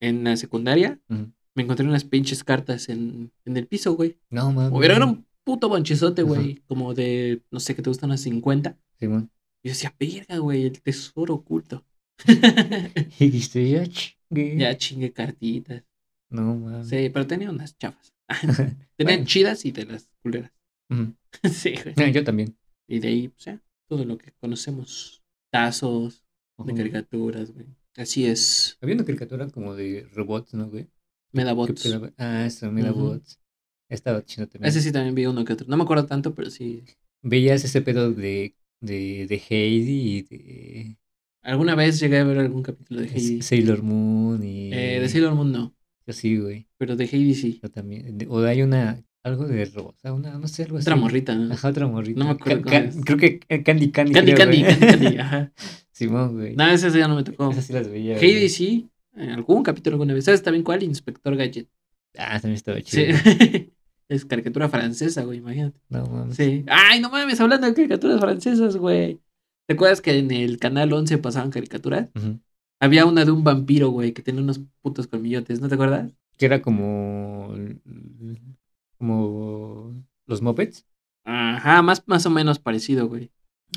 en la secundaria,
Ujú.
me encontré unas pinches cartas en, en el piso, güey.
No mames.
Hubiera era un puto bonchezote,
Ajá.
güey. Como de, no sé, que te gustan unas 50.
Simón. [LAUGHS]
Y yo decía, verga, güey, el tesoro oculto. [LAUGHS]
Y dijiste, ya chingue.
ya chingue cartitas.
No mames.
Sí, pero tenía unas
[LAUGHS]
chafas. [LAUGHS] Tenían
Bueno.
chidas y de las culeras. [LAUGHS]
Ujú.
sí, güey.
No, yo también.
Y de ahí, pues ya, todo lo que conocemos. Tazos de
Ujú.
caricaturas, güey. Así es,
Había una caricatura como de robots, ¿no, güey? Que
Medabots.
pegaba- Ah, eso, Medabots. Estaba chido también.
Ese sí también vi uno que otro. No me acuerdo tanto, pero sí.
Veías ese pedo de, de, de Heidi y de
Alguna vez llegué a ver algún capítulo de Heidi.
Sailor Moon y...
Eh, de Sailor Moon no,
Yo sí, güey.
pero de Heidi sí.
Yo también. de- O hay una... Algo de robots. ah, Una, no sé, algo así.
Otra morrita, ¿no?
Ajá, otra morrita.
No me
Ca-
acuerdo cómo
ca-
es.
Creo que eh, Candy Candy.
Candy,
creo,
Candy,
güey.
Candy, Candy,
[LAUGHS]
ajá.
Simón, güey.
No, esa sí ya no me tocó.
Esas sí las veía. güey.
Heidi sí, en algún capítulo alguna vez. ¿Sabes también cuál? Inspector Gadget.
Ah, también estaba chido.
Sí. [LAUGHS] es caricatura francesa, güey, imagínate.
No mames.
Sí. Ay, no mames, hablando de caricaturas francesas, güey. ¿Te acuerdas que en el canal 11 pasaban caricaturas?
Ujú.
Había una de un vampiro, güey, que tenía unos putos colmillotes, ¿no te acuerdas?
Que era como... Como... Los Muppets.
Ajá, más, más o menos parecido, güey.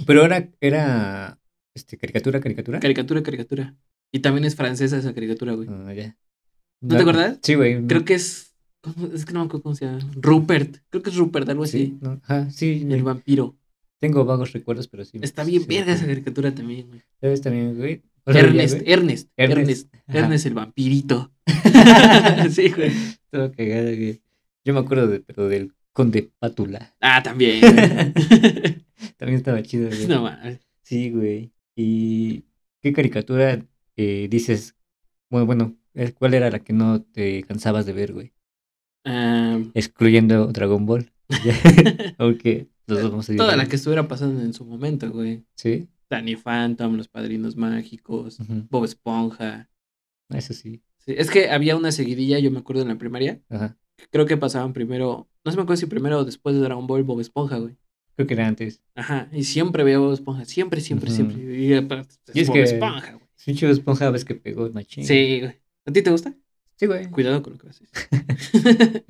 Pero era... Era... Este, caricatura, caricatura.
Caricatura, caricatura. Y también es francesa esa caricatura, güey.
Ah, ya.
¿No te acuerdas?
Sí, güey.
Creo que es. ¿cómo? Es que no me acuerdo cómo se llama. Rupert. Creo que es Rupert, algo
Sí,
así.
no, ajá, sí,
El vampiro.
tengo vagos recuerdos, pero sí.
Está bien
sí,
verga esa
sí.
caricatura también, güey.
¿Sabes también, güey? Otra
Ernest,
vez, güey.
Ernest, Ernest, Ernest,
Ajá. [LAUGHS]
el vampirito. sí, güey.
Todo cagado, güey. Yo me acuerdo de, pero del Conde
[LAUGHS]
Pátula. [LAUGHS]
Ah, también. güey.
También estaba chido, güey.
no mames.
Sí, güey. ¿Y qué caricatura eh, dices? Bueno, bueno, eh, ¿cuál era la que no te cansabas de ver, güey?
Ah,
Excluyendo Dragon
[LAUGHS]
Ball. [LAUGHS] Aunque los dos vamos a
toda
decir-
la que estuviera pasando en su momento, güey.
Sí.
Danny Phantom, los padrinos mágicos,
ujú,
Bob Esponja.
Eso sí.
Sí, es que había una seguidilla, yo me acuerdo en la primaria,
Ajá.
creo que pasaban primero, no se me acuerdo si primero o después de Dragon Ball Bob Esponja, güey.
Creo que era antes.
Ajá, y siempre veía Bob Esponja, siempre, siempre,
Ujú.
siempre. Y, aparte,
Y es
Bob
que-
Esponja, güey.
Pinche Bob Esponja ves que pegó machín.
Sí, güey. ¿A ti te gusta?
Sí, güey.
Cuidado con lo que vas a decir.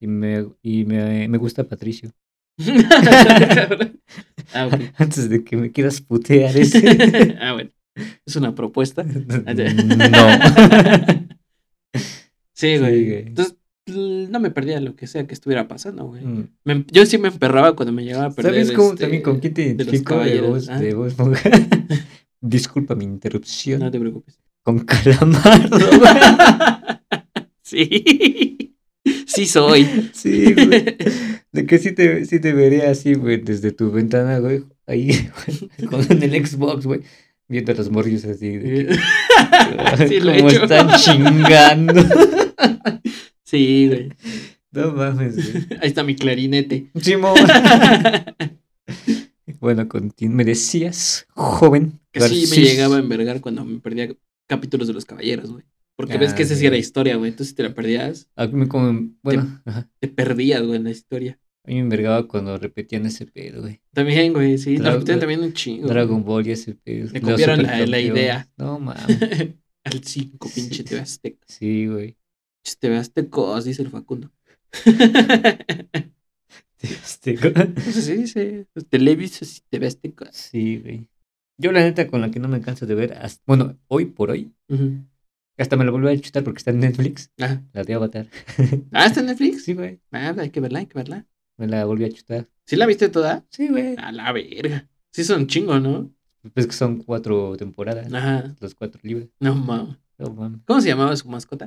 Y me, y me, me gusta Patricio. [LAUGHS]
Cabrón. [LAUGHS] ah, ok.
Antes de que me quieras putear
[LAUGHS]
ese. [LAUGHS]
ah, bueno. Es una propuesta. [LAUGHS]
no.
Sí,
Sí,
güey.
güey.
Entonces, l- no me perdía lo que sea que estuviera pasando, güey.
Mm.
Me- yo sí me emperraba cuando me llegaba a perder.
¿Sabes cómo
este,
también con quién te
de los
identifico de
caballeros,
vos,
ah.
de vos, monja? [LAUGHS] Disculpa mi interrupción.
No te preocupes. [LAUGHS]
Con calamardo. güey.
sí. Sí soy.
sí, güey. De que sí te, sí te vería así, güey, desde tu ventana, güey. Ahí, [LAUGHS] güey, con
[LAUGHS]
el Xbox, güey. Viendo a los morrillos así. De,
sí lo he
como
hecho. [LAUGHS]
están chingando. [LAUGHS]
Sí, güey.
No mames, güey.
Ahí está mi clarinete. [LAUGHS]
Simón. bueno, contin- me decías, joven.
Que sí me
Garcís.
llegaba a envergar cuando me perdía capítulos de los caballeros, güey. Porque ves que
Ah,
esa sí
güey.
era historia, güey. Entonces si te la perdías,
A mí me como- bueno, ajá.
te perdías, güey, en la historia.
A mí me envergaba cuando repetían ese pedo, güey.
También, güey, sí. Lo
Dragon-
repetían también un chingo.
Dragon
[LAUGHS]
Ball y ese pedo.
Le
Los
copiaron la- la
supercampeones.
idea.
No
[LAUGHS]
mames.
Al 5, pinche TV Azteca.
Sí, güey.
Pinche TV Aztecos, dice el
[LAUGHS]
Facundo.
Este,
[LAUGHS] Pues así dice. Los televisos y TV Aztecas.
Sí, güey. Yo la neta con la que no me canso de ver, hasta- bueno, hoy por hoy, hasta me la volví a chutar porque está en Netflix,
Ajá.
la de Avatar.
Ah, está en Netflix.
Sí, güey,
Ah, hay que verla, hay que verla.
me la volví a chutar.
¿Sí la viste toda?
Sí, güey.
A la verga. Sí son chingo, ¿no?
Pues que son cuatro temporadas,
Ajá.
los cuatro libros.
No mames.
No mames.
¿Cómo se llamaba su mascota?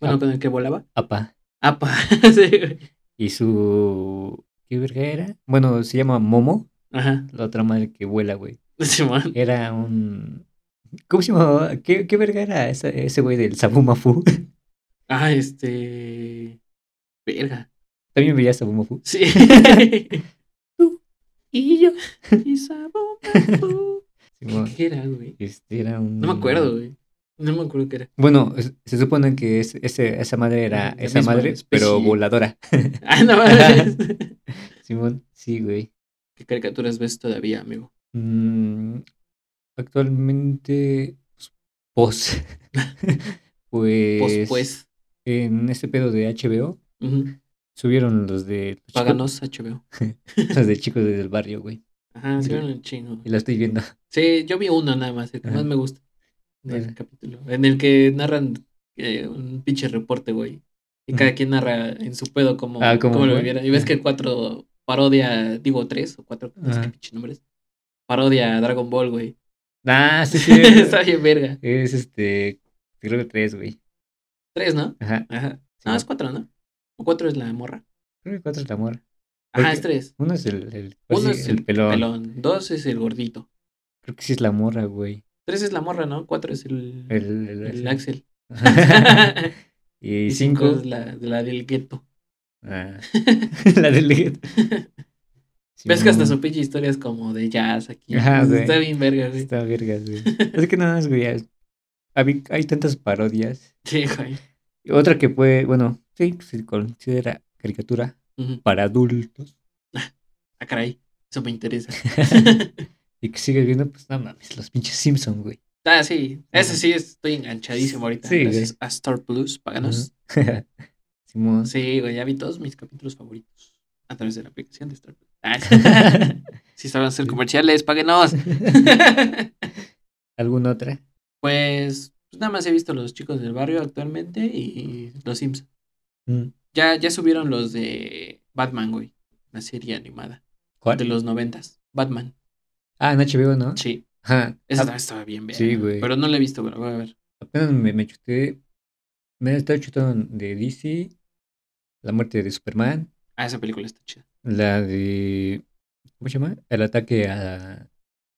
Bueno,
Ah.
con el que volaba.
Apa.
Apa. [LAUGHS] Sí, güey.
Y su... ¿Qué verga era? Bueno, se llama Momo,
Ajá. [LAUGHS]
la otra madre que vuela, güey.
Simón.
Era un... ¿Cómo se llamaba? ¿Qué, qué verga era esa- ese güey del Sabumafu?
Ah, este. Verga.
[LAUGHS] También veía Sabumafu.
Sí. Tú [LAUGHS] y yo. Y sabor. [LAUGHS]
Simón.
¿Qué era, güey?
Este era un...
No me acuerdo, güey. No me acuerdo qué era. [LAUGHS]
Bueno, es- se supone que es- ese, esa madre era
La
esa
misma
madre,
especie.
pero voladora.
Ah, no [LAUGHS] mames.
Simón, sí, güey.
¿Qué caricaturas ves todavía, amigo?
Mm, actualmente, pos. [LAUGHS] pues,
Pues, pues.
en este pedo de HBO
Ujú.
subieron los de los chicos,
Páganos HBO.
los de chicos del barrio, güey.
Ajá, sí,
Sí.
un chingo.
Y la estoy
[LAUGHS]
viendo.
Sí, yo vi uno nada más, el que
Ajá.
más me gusta. Del
Ajá.
capítulo. En el que narran eh, un pinche reporte, güey. Y cada
Ujú.
quien narra en su pedo como,
Ah, ¿cómo
lo
fue?
viviera. Y ves
Ajá.
que el cuatro parodia, digo tres o cuatro, no sé qué
Ajá.
pinche nombres. Parodia a Dragon Ball, güey.
Ah,
[LAUGHS]
sí, sí.
Está bien verga.
es este, creo que tres, güey.
Tres, ¿no?
Ajá.
Ajá.
Sí,
No, Ah, es cuatro, ¿no? O cuatro es la morra.
Creo que cuatro es la amor.
Ajá,
Porque
es tres.
Uno es el, el, pues
Uno
sí,
es el
pelón.
Pelón. Dos es el gordito.
Creo que sí es la morra, güey.
Tres es la morra, ¿no? Cuatro es el, el,
El, el, [LAUGHS]
Axel. [LAUGHS]
y
Y cinco
cinco.
es la, la del gueto.
Ah. [LAUGHS] la del
[LAUGHS]
Leguet.
Ves que hasta su pinche historia es como de jazz aquí.
Mm. Ajá,
Entonces,
güey.
Está bien verga, güey.
Está vergas, güey. Es que nada más, güey. ya- habi- Hay tantas parodias.
[LAUGHS] Sí, güey.
Y Otra que puede, bueno, sí, pues, se considera caricatura
Ujú.
para adultos.
Ah, caray. Eso
[LAUGHS]
me interesa. [LAUGHS]
Y que sigue viendo, pues nada mames, los pinches Simpson, güey. [LAUGHS]
Ah, sí. Eso
Ujú.
sí, estoy enganchadísimo ahorita.
Sí,
Gracias a Star Plus, páganos.
Simón. [LAUGHS]
Sí, güey. Ya vi todos mis capítulos favoritos a través de la aplicación de Star Plus. Ah,
[LAUGHS]
[LAUGHS] si saben hacer comerciales, páguenos. [LAUGHS]
¿Alguna otra?
pues, pues nada más he visto los chicos del barrio actualmente y los Sims.
Mm.
Ya, ya subieron los de Batman, güey. La serie animada.
¿Cuál?
De los noventas. Batman.
Ah, en HBO, ¿no?
Sí.
Ajá.
Esa
Ah,
también estaba bien, verga,
sí, güey.
Pero no la he visto, pero voy a ver.
Apenas me, me chuté. Me he estado chutando de DC, la muerte de Superman,
Ah, esa película está chida.
La de. ¿Cómo se llama? El ataque a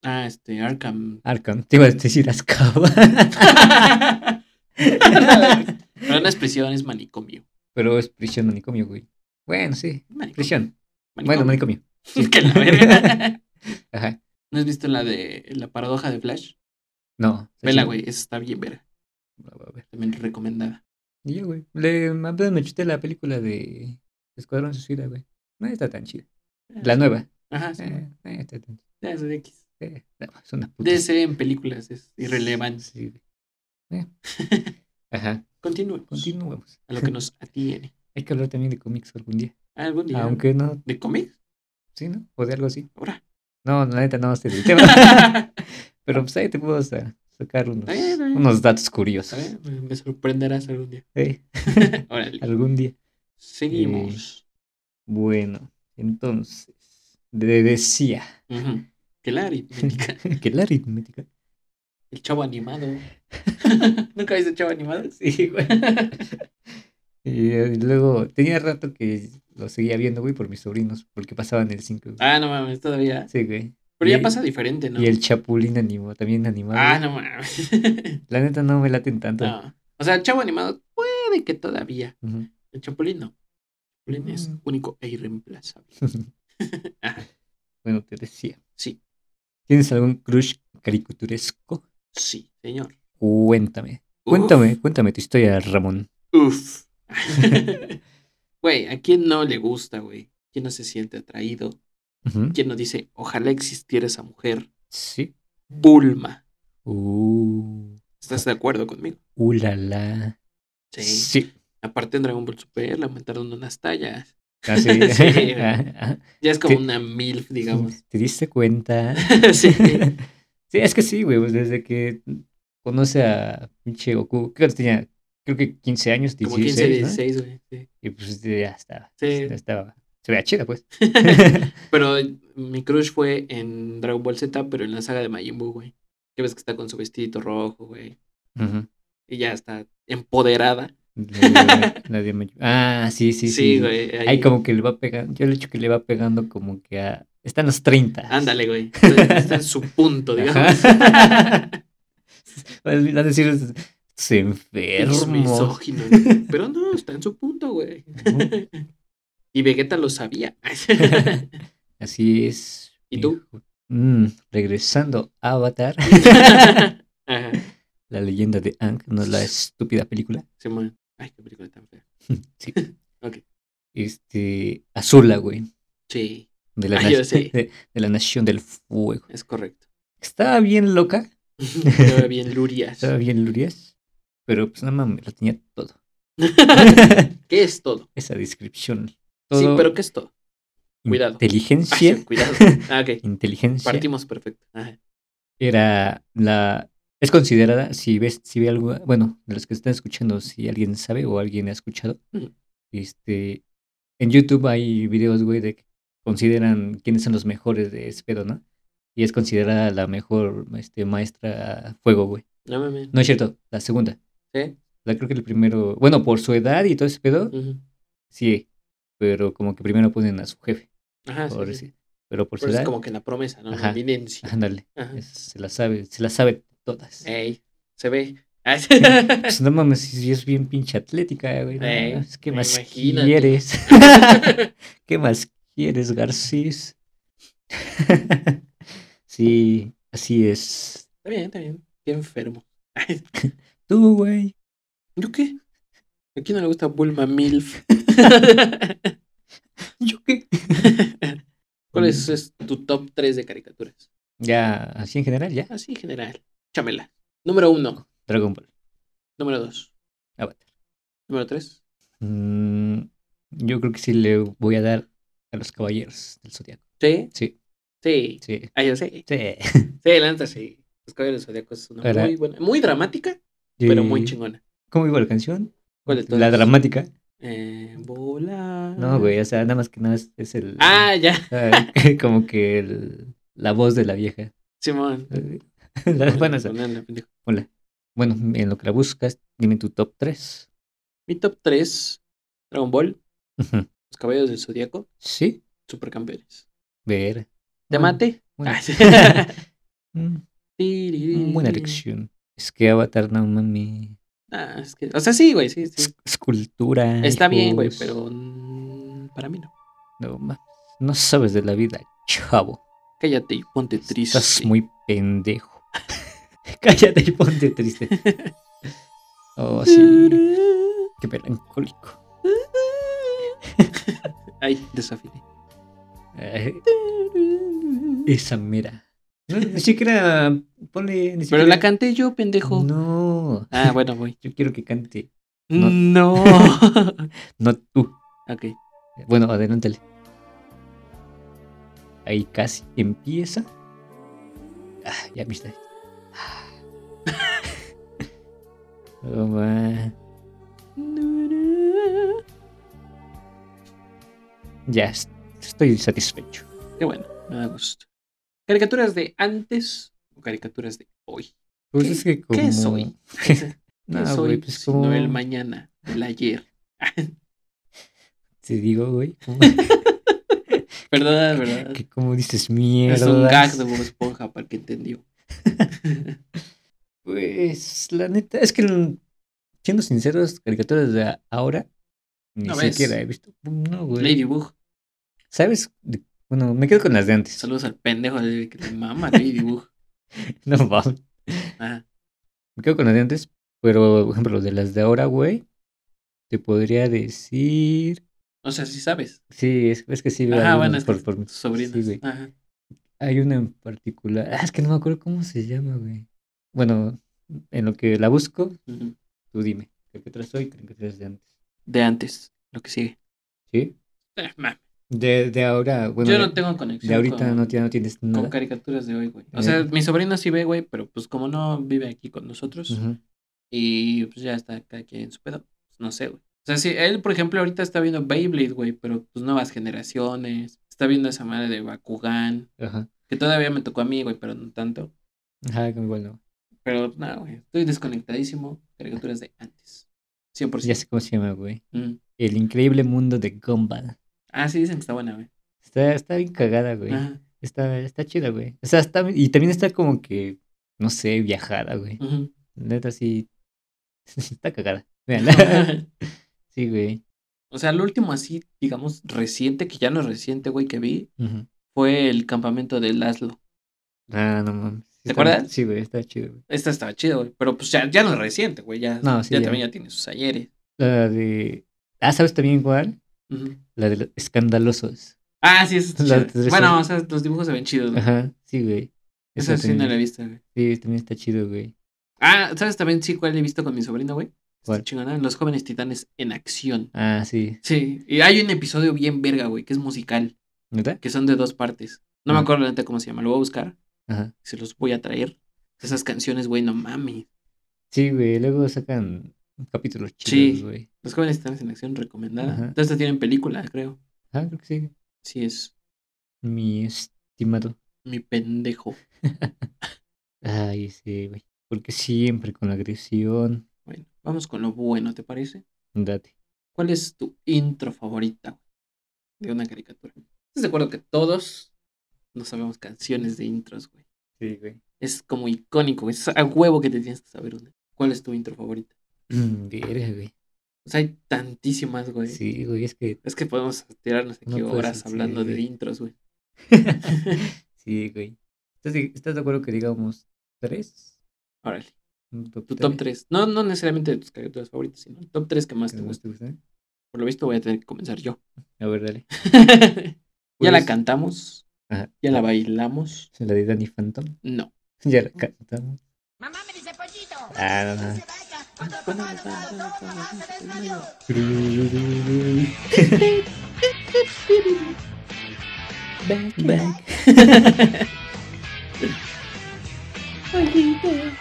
Ah, este, Arkham.
[LAUGHS] Arkham. Te iba a decir Azkaban.
[LAUGHS]
[LAUGHS]
pero no es prisión, es manicomio.
Pero es prisión manicomio, güey. Bueno, sí.
Manicomio.
Prisión. Bueno, manicomio.
[LAUGHS] Que la verga.
Ajá.
¿No has visto la de la paradoja de Flash?
No.
Vela,
sí.
güey. Esa está bien, verga.
La voy a ver.
También recomendada.
Y yo, güey. Le, apenas me chuté la película de Escuadrón Suicida, güey. No está tan chida. La nueva.
Ajá, sí.
Eh, no está tan chida.
Ya, es de X.
Eh, no, es una puta.
DC en películas es irrelevante.
Sí, güey. Eh. [LAUGHS] Ajá.
Continúe.
Continuamos.
A lo que nos atiene.
Hay que hablar también de cómics algún día.
Algún día.
Aunque no
¿De cómics?
Sí, ¿no? O de algo así. [LAUGHS]
Ahora.
No, la neta no sé del
[LAUGHS]
tema. Pero pues ahí te puedo sa- sacar unos,
Está bien, está bien.
unos datos curiosos.
A ver, me me sorprenderás algún día. [LAUGHS]
Eh,
Órale.
algún día.
Seguimos.
Bueno, entonces, le decía
Ujú. Que la aritmética.
[LAUGHS] que la aritmética.
El chavo animado. [LAUGHS] ¿Nunca viste el chavo [LAUGHS] animado?
Sí, güey. Y, eh, luego, tenía rato que lo seguía viendo, güey, por mis sobrinos, porque pasaban el 5.
Ah, no mames, todavía.
Sí, güey.
Pero
Y-
ya pasa diferente, ¿no?
Y el chapulín animó, también animado.
Ah,
güey.
no mames. [LAUGHS]
La neta no me laten tanto.
No. O sea, el chavo animado puede que todavía.
Ujú.
El chapulín no. El chapulín es
Mm.
único e irreemplazable.
bueno, te decía.
Sí.
¿Tienes algún crush caricaturesco?
Sí, señor.
Cuéntame. Cuéntame, cuéntame tu historia, Ramón.
[LAUGHS] Uf. Güey, ¿a quién no le gusta, güey? ¿Quién no se siente atraído?
Ujú.
¿Quién no dice, ojalá existiera esa mujer?
Sí.
Bulma.
Uh,
¿Estás de acuerdo conmigo?
uh la la.
Sí.
Sí.
[LAUGHS] Aparte en Dragon Ball Super le aumentaron unas tallas.
Ah, sí.
Sí.
[LAUGHS] Ah, ah.
Ya es como
Sí.
una
[LAUGHS]
MILF, digamos. [LAUGHS]
¿Te diste cuenta?
sí.
Sí, es que sí, güey. pues, desde que conoce a pinche Goku, creo que tenía, creo que 15 años, 16,
Como 15,
¿no?
16, güey. sí.
Y pues este, ya estaba.
Sí.
ya estaba. Se veía chida,
[LAUGHS]
pues. [LAUGHS]
Pero mi crush fue en Dragon Ball Z, pero en la saga de Majin Buu, güey. Que ves que está con su vestidito rojo, güey.
Ujú.
Y ya está empoderada.
La de- la de Mayu- Ah, sí, sí,
Sí,
sí.
güey. ahí.
Ahí como que le va pegando. Yo le he dicho que le va pegando como que a. Están los 30.
Ándale,
[LAUGHS]
güey. Está está en su punto, digamos.
Ajá. [LAUGHS] Vas a decir, "Es- es
Es
enfermo.
misógino, güey. Pero no, está en su punto, güey. Y Vegeta
[LAUGHS]
lo sabía. [LAUGHS]
Así es.
¿Y tú?
mijo. Mm, regresando a Avatar,
Ajá.
la leyenda de Ang, no
[LAUGHS]
la estúpida película.
Sí, man. Ay, qué película tan fea.
Sí.
Ok.
Este, Azula, güey.
Sí,
De la,
Ah, yo
na-
sí.
de- de la Nación del Fuego.
es correcto. [LAUGHS]
Estaba bien loca,
Estaba bien Lurias.
estaba bien Lurias, pero pues nada más lo tenía
[LAUGHS]
todo. [LAUGHS]
¿Qué es todo?
Esa descripción.
Sí,
Todo
pero ¿qué
[LAUGHS]
es todo? cuidado. [LAUGHS]
Inteligencia.
Ay, cuidado.
[LAUGHS]
Ah, ok.
inteligencia
Partimos perfecto. Ajá.
era la es considerada si ves si ve algo bueno de los que están escuchando si alguien sabe o alguien ha escuchado
Ujú.
este en YouTube hay videos güey de que consideran quiénes son los mejores de ese pedo, no y es considerada la mejor este maestra fuego güey
No mames.
no es cierto la segunda
¿Sí?
la creo que el primero bueno por su edad y todo ese pedo
Ujú.
sí pero como que primero ponen a su jefe
Ajá, Ah, sí,
por
sí.
decir. pero por su
Pero es
edad
como Ah. que la promesa, ¿no? La
Ajá. [LAUGHS]
evidencia.
ándale
Ajá.
es- se la sabe se la sabe todas
Ey, se ve. [LAUGHS] Ah, sí.
Pues no mames, si es bien pinche atlética, güey. no
Ey,
mames, ¿Qué
Eh, me
más
imagínate.
quieres? [LAUGHS] ¿Qué más
[LAUGHS]
quieres, Garcís? [LAUGHS] sí, así es.
Está bien, está bien. Qué enfermo. [LAUGHS]
Tú, güey.
¿Yo qué? ¿A quién no le gusta Bulma Milf?
¿Yo qué?
[LAUGHS] ¿Cuál es, es tu top 3 de caricaturas?
Ya, así en general, ya.
Así en general. Chamela. Número 1.
Dragon Ball.
Número 2.
Avatar.
Número 3.
Mm, yo creo que sí le voy a dar a los caballeros del zodiaco.
Sí.
Sí,
Sí.
sí,
Ah, yo sé.
sí.
Sí, lanza, sí. Los Caballeros del Zodíaco es una
Ahora-
muy buena. Muy dramática, pero muy
Y-
chingona.
¿Cómo iba la canción?
¿Cuál de
La
todas?
dramática.
Eh, volar.
No, güey, o sea, nada más que nada es- es el.
Ah, ya.
Ah, [LAUGHS] como que el- la voz de la vieja.
Simón. Ah.
La- [LAUGHS] bueno, esa-
Ponerle, pendejo.
hola. Bueno, en lo que la buscas, dime tu top 3.
Mi top 3. Dragon Ball. Los Caballeros del Zodíaco.
Sí,
Supercampeones.
ver.
¿Te
Bueno,
mate?
bueno.
Ah,
[LAUGHS]
sí. [LAUGHS]
mm,
Tiriri.
mm, buena elección. Es que Avatar, no mami.
Ah, es que, o sea, sí, güey, sí, sí.
es- Escultura.
Está bien, güey,
hijos.
pero mm, para mí no.
No, ma- no sabes de la vida, chavo.
Cállate y ponte triste.
Estás muy pendejo. [LAUGHS] Cállate y ponte
[LAUGHS]
triste. Oh, sí. Qué melancólico.
Ay, desafiné.
Ay, Eh, Esa mira. No, ni siquiera ponle. Ni
Pero
siquiera-
la canté yo, pendejo.
No.
Ah, bueno, voy.
Yo quiero que cante. No. [LAUGHS]
No.
No tú.
ok.
Bueno, adelántale. Ahí casi empieza. Ah, ya
[LAUGHS]
viste. Ah. No, Oh, ma. Ya es- estoy satisfecho.
Qué bueno, me da gusto. ¿Caricaturas de antes o caricaturas de hoy?
Pues
¿Qué-
es que como... [LAUGHS]
¿Qué soy? ¿Qué
No,
soy
güey, pues
sino
como...
el mañana, el ayer?
Te digo,
[LAUGHS]
güey. como- [LAUGHS]
¿Verdad, verdad?
que como dices mierda.
Es un gag de Bob Esponja para el que entendió.
Pues la neta, es que mm, siendo sinceros, caricaturas de ahora ni
No ves.
siquiera he visto. No, güey.
Ladybug.
¿Sabes? De- Bueno, me quedo con las de antes.
Saludos al pendejo de que te
[LAUGHS]
mama Ah, Ladybug.
No mames.
Ajá.
Me quedo con las de antes, pero por ejemplo, de las de ahora, güey, te podría decir
O sea, sí sabes.
Sí, es, es que sí veo
Ajá,
algunos
bueno, es
por,
que
por-
tus sobrinos.
sí, güey.
Ajá.
Hay una en particular. Ah, es que no me acuerdo cómo se llama, güey. Bueno, en lo que la busco,
Ujú.
tú dime. Creo que traes hoy, creo que traes de antes.
De antes, lo que sigue.
¿Sí?
Eh, ma,
De, de ahora, bueno.
Yo
de-
no tengo conexión.
De ahorita
con-
no, ti- no tienes
con
nada.
caricaturas de hoy, güey. O
Eh.
sea, mi sobrino sí ve, güey, pero pues como no vive aquí con nosotros
Ujú.
y pues ya está cada quien en su pedo, pues, no sé, güey. O sea, sí, él, por ejemplo, ahorita está viendo Beyblade, güey, pero pues nuevas generaciones. Está viendo esa madre de Bakugan,
Ajá.
que todavía me tocó a mí, güey, pero no tanto.
Ajá, igual no.
Pero pues, nada, güey, estoy desconectadísimo. Caricaturas de antes. 100%.
pues Ya sé cómo se llama, güey.
Mm.
El increíble mundo de Gumball.
Ah, sí, dicen que está buena, güey.
Está, está bien cagada, güey.
Ajá.
Está, está chida, güey. O sea, está. Y también está como que. No sé, viajada, güey. [LAUGHS]
Ujú.
Neta, sí. está
[LAUGHS]
cagada. Véanla. [LAUGHS] sí, güey.
o sea, lo último así, digamos, reciente, que ya no es reciente, güey, que vi,
Ujú.
fue el campamento de Laszlo.
Ah, no mames. Sí
¿Te
está-
acuerdas?
Sí, güey, está chido, güey.
Esta estaba chida, güey. Pero pues ya, ya no es reciente, güey. Ya,
No, sí,
ya,
ya.
también ya tiene sus ayeres.
La de. Ah, ¿sabes también cuál?
Ujú.
La de los escandalosos.
Ah, sí, esa está
La-
chida.
esa-
Bueno, o sea, los dibujos se ven chidos. güey.
Ajá, sí, güey.
Esa sí no
también-
la he visto, güey.
Sí, también está chido, güey.
Ah, ¿sabes también sí cuál he visto con mi sobrino, güey? Está
¿Cuál?
chingona. Los jóvenes titanes en acción.
Ah, sí.
Sí, y hay un episodio bien verga, güey, que es musical,
¿Neta?
que son de dos partes. No me
Ujú.
acuerdo la neta cómo se llama, lo voy a buscar,
Ajá.
se los voy a traer. Esas canciones, güey, no mami.
Sí, güey, luego sacan capítulos
Sí.
chidos, güey.
Los jóvenes titanes en acción recomendada.
Ajá.
Todas estas tienen película, creo.
Ah, creo que sí.
Sí, es
Mi estimado.
mi pendejo.
Ay, sí, güey. Porque siempre con la agresión.
Bueno, vamos con lo bueno, ¿te parece?
Date.
¿Cuál es tu intro favorita güey, de una caricatura? ¿Estás de acuerdo que todos no sabemos canciones de intros, güey?
Sí, güey.
Es como icónico, güey, es a huevo que te tienes que saber una. ¿Cuál es tu intro favorita?
Mm, Verga, güey.
O sea, hay tantísimas, güey.
Sí, güey, es
[LAUGHS]
que. [LAUGHS]
Es que podemos tirarnos aquí
No puedes
horas
decir,
hablando de
güey.
intros, güey.
sí, güey. ¿Estás de, estás de acuerdo que digamos tres?
Órale,
Un Top
tu top 3. No, no necesariamente de tus caricaturas favoritas, sino el top 3 que más
¿Que
te
más
gusta.
te gustan?
Por lo visto voy a tener que comenzar yo. [LAUGHS]
A ver, dale.
ya la
Pues-
cantamos,
Ajá.
ya la bailamos.
La de Danny Phantom. [LAUGHS]
No.
Ya la cantamos.
Mamá me dice pollito.
Ah, no, no.
Se vaya. Cuando papá lo todo, todo mamá se desmayó.
Back,
[LAUGHS]
back.
Pollito.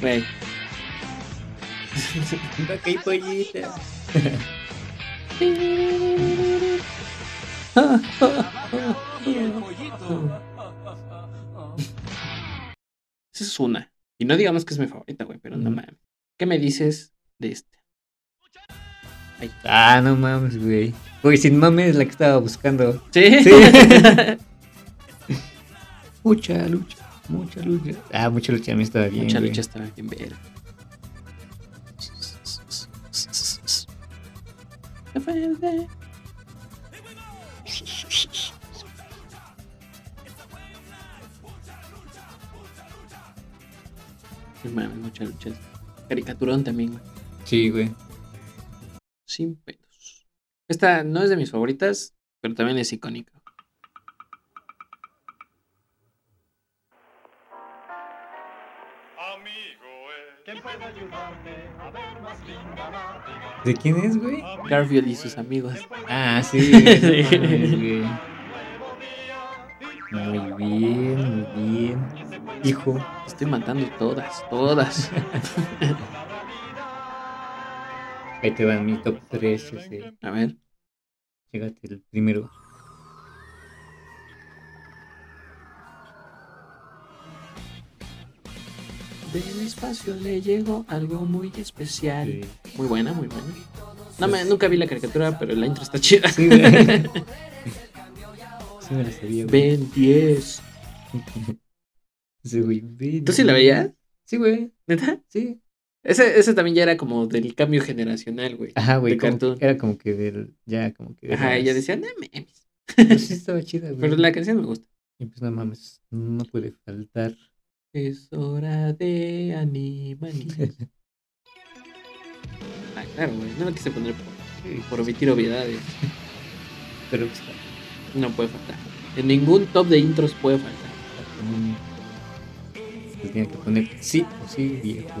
Güey,
Back y pollita.
[LAUGHS] esa es una. Y no digamos que es mi favorita, güey, pero no
Ujú.
mames. ¿Qué me dices de esta?
Ah, no mames, güey. Güey, sin mames es la que estaba buscando.
¿Sí?
Sí. Mucha lucha, mucha lucha. Ah, mucha lucha, a mí estaba bien.
Mucha
güey.
lucha estaba bien ver. No mames, mucha lucha. Caricaturón también, güey.
Sí, güey.
Sin pedos. Esta no es de mis favoritas, pero también es icónica.
¿De quién es, güey?
Garfield y sus amigos.
Ah,
[LAUGHS]
sí, güey.
Sí.
no mames, güey. Muy bien, muy bien. Hijo.
Estoy matando todas, todas. [LAUGHS]
Ahí te van mi top 3. Ese.
A ver.
Fíjate, el primero.
Del espacio le llegó algo muy especial.
Sí.
Muy buena, muy buena. No me, nunca vi la caricatura, pero la intro está chida.
Sí, güey. Sí me la sabía, güey.
[LAUGHS] Ben 10.
Sí, güey. Ven.
¿Tú sí la veías?
Sí, güey.
¿Neta?
Sí.
Ese, ese también ya era como del cambio generacional, güey.
Ajá,
De
güey. como
cartoon.
que- Era como que del. Ya, como que. de
Ajá,
las- [LAUGHS]
ella decía, no mames".
Pero sí estaba chida, güey.
Pero la canción me gusta.
Y pues no mames, no puede faltar.
Es hora [LAUGHS] de animal. ah, claro, güey. No la quise poner por
Sí,
por omitir obviedades.
eh, Pero pues,
No puede faltar. En ningún top de intros puede faltar.
mm, se tiene que poner sí o sí, viejo.
[LAUGHS]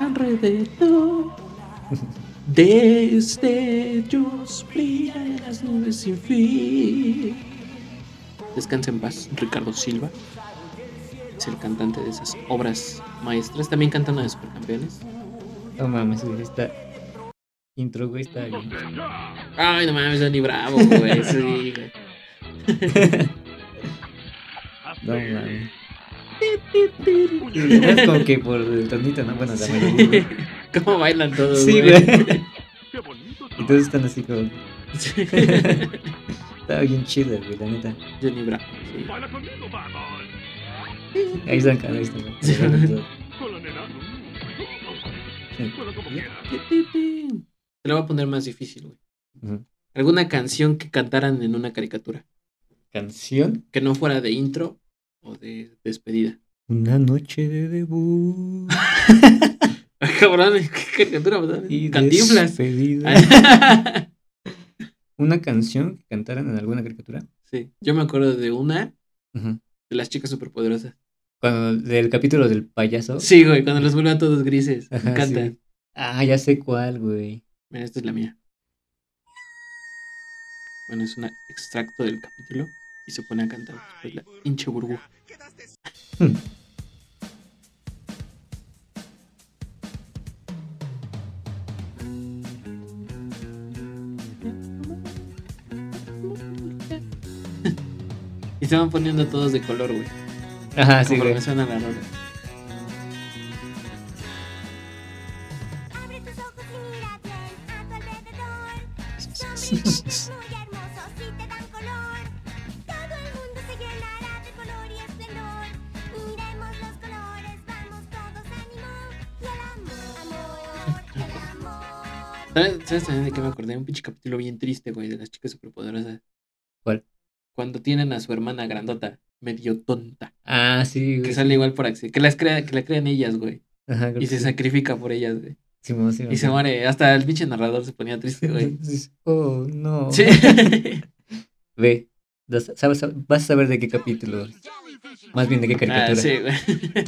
Alrededor de estrellos brillan las nubes sin fin. Descansa en paz, Ricardo Silva. Es el cantante de esas obras maestras. También cantando de supercampeones.
No mames, güey, esta intro, güey, está bien.
Ay, no mames, Dani Bravo,
[LAUGHS]
güey. Sí, güey.
No [LAUGHS] mames. Es como que por el tonito, ¿no? Bueno, la mayoría, güey.
¿Cómo bailan todos?
Sí, güey. Entonces están así como.
[LAUGHS] Sí.
Estaba bien chida, güey, la
[LAUGHS]
neta.
Johnny Bravo, sí.
Ahí están, cara, ahí están. güey.
Te lo voy a poner más difícil, güey.
Ujú.
¿Alguna canción que cantaran en una caricatura?
Canción.
Que no fuera de intro o de despedida.
Una noche de debut.
Ah, [LAUGHS] Cabrón, ¿qué caricatura? verdad?
[LAUGHS] Y
Cantinflas. [LAUGHS]
despedida. Una canción que cantaran en alguna caricatura.
sí, yo me acuerdo de una
Ujú.
de las chicas superpoderosas.
Cuando, del capítulo del payaso.
Sí, güey, cuando los vuelvan todos grises.
Ajá,
Me encanta.
sí. Ah, ya sé cuál, güey.
Mira, esta es la mía. Bueno, es un extracto del capítulo y se pone a cantar después la hinche burbuja. Y se van poniendo todos de color, güey.
Ajá, sí, güey.
Conforme suena la rola. [LAUGHS]
Abre tus ojos y mira bien a tu alrededor. Son brillantes, muy hermosos y te dan color. Todo el mundo se llenará de color y esplendor. Miremos los colores, vamos todos, ánimo. Y el amor, amor, el amor.
¿Sabes, sabes también de qué me acordé? Un pinche capítulo bien triste, güey, de las chicas superpoderosas.
¿Cuál?
Cuando tienen a su hermana grandota, medio tonta,
Ah, sí,
que
güey.
sale igual por accidente, que, las crea, que la crean ellas, güey,
Ajá, creo
y
que
se
sí.
sacrifica por ellas, güey.
Simón, Simón.
Y se muere, hasta el pinche narrador se ponía
[LAUGHS]
triste, güey. [LAUGHS]
Oh, no.
Sí.
Ve, das- sabes- sab- vas a saber de qué capítulo. Más bien de qué caricatura.
Ah, sí, güey.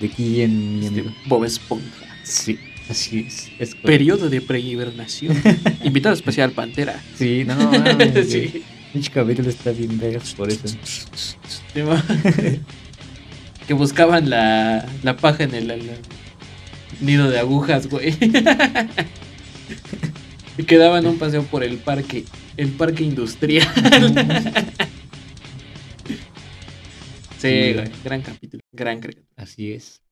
De quién, mi amigo.
Bob Esponja.
Sí, así es. es correcto.
Periodo
[LAUGHS]
de prehibernación. Invitado especial Pantera.
Sí,
[LAUGHS]
no, mames, güey.
sí.
Pinche capítulo está bien vergas por
[LAUGHS]
eso. [LAUGHS]
Sí, ma. que buscaban la, la paja en el, el- el nido de agujas, güey. [LAUGHS] y que daban un paseo por el parque, el parque industrial. [LAUGHS] sí,
Sí.
güey, gran capítulo, gran cre-
Así es.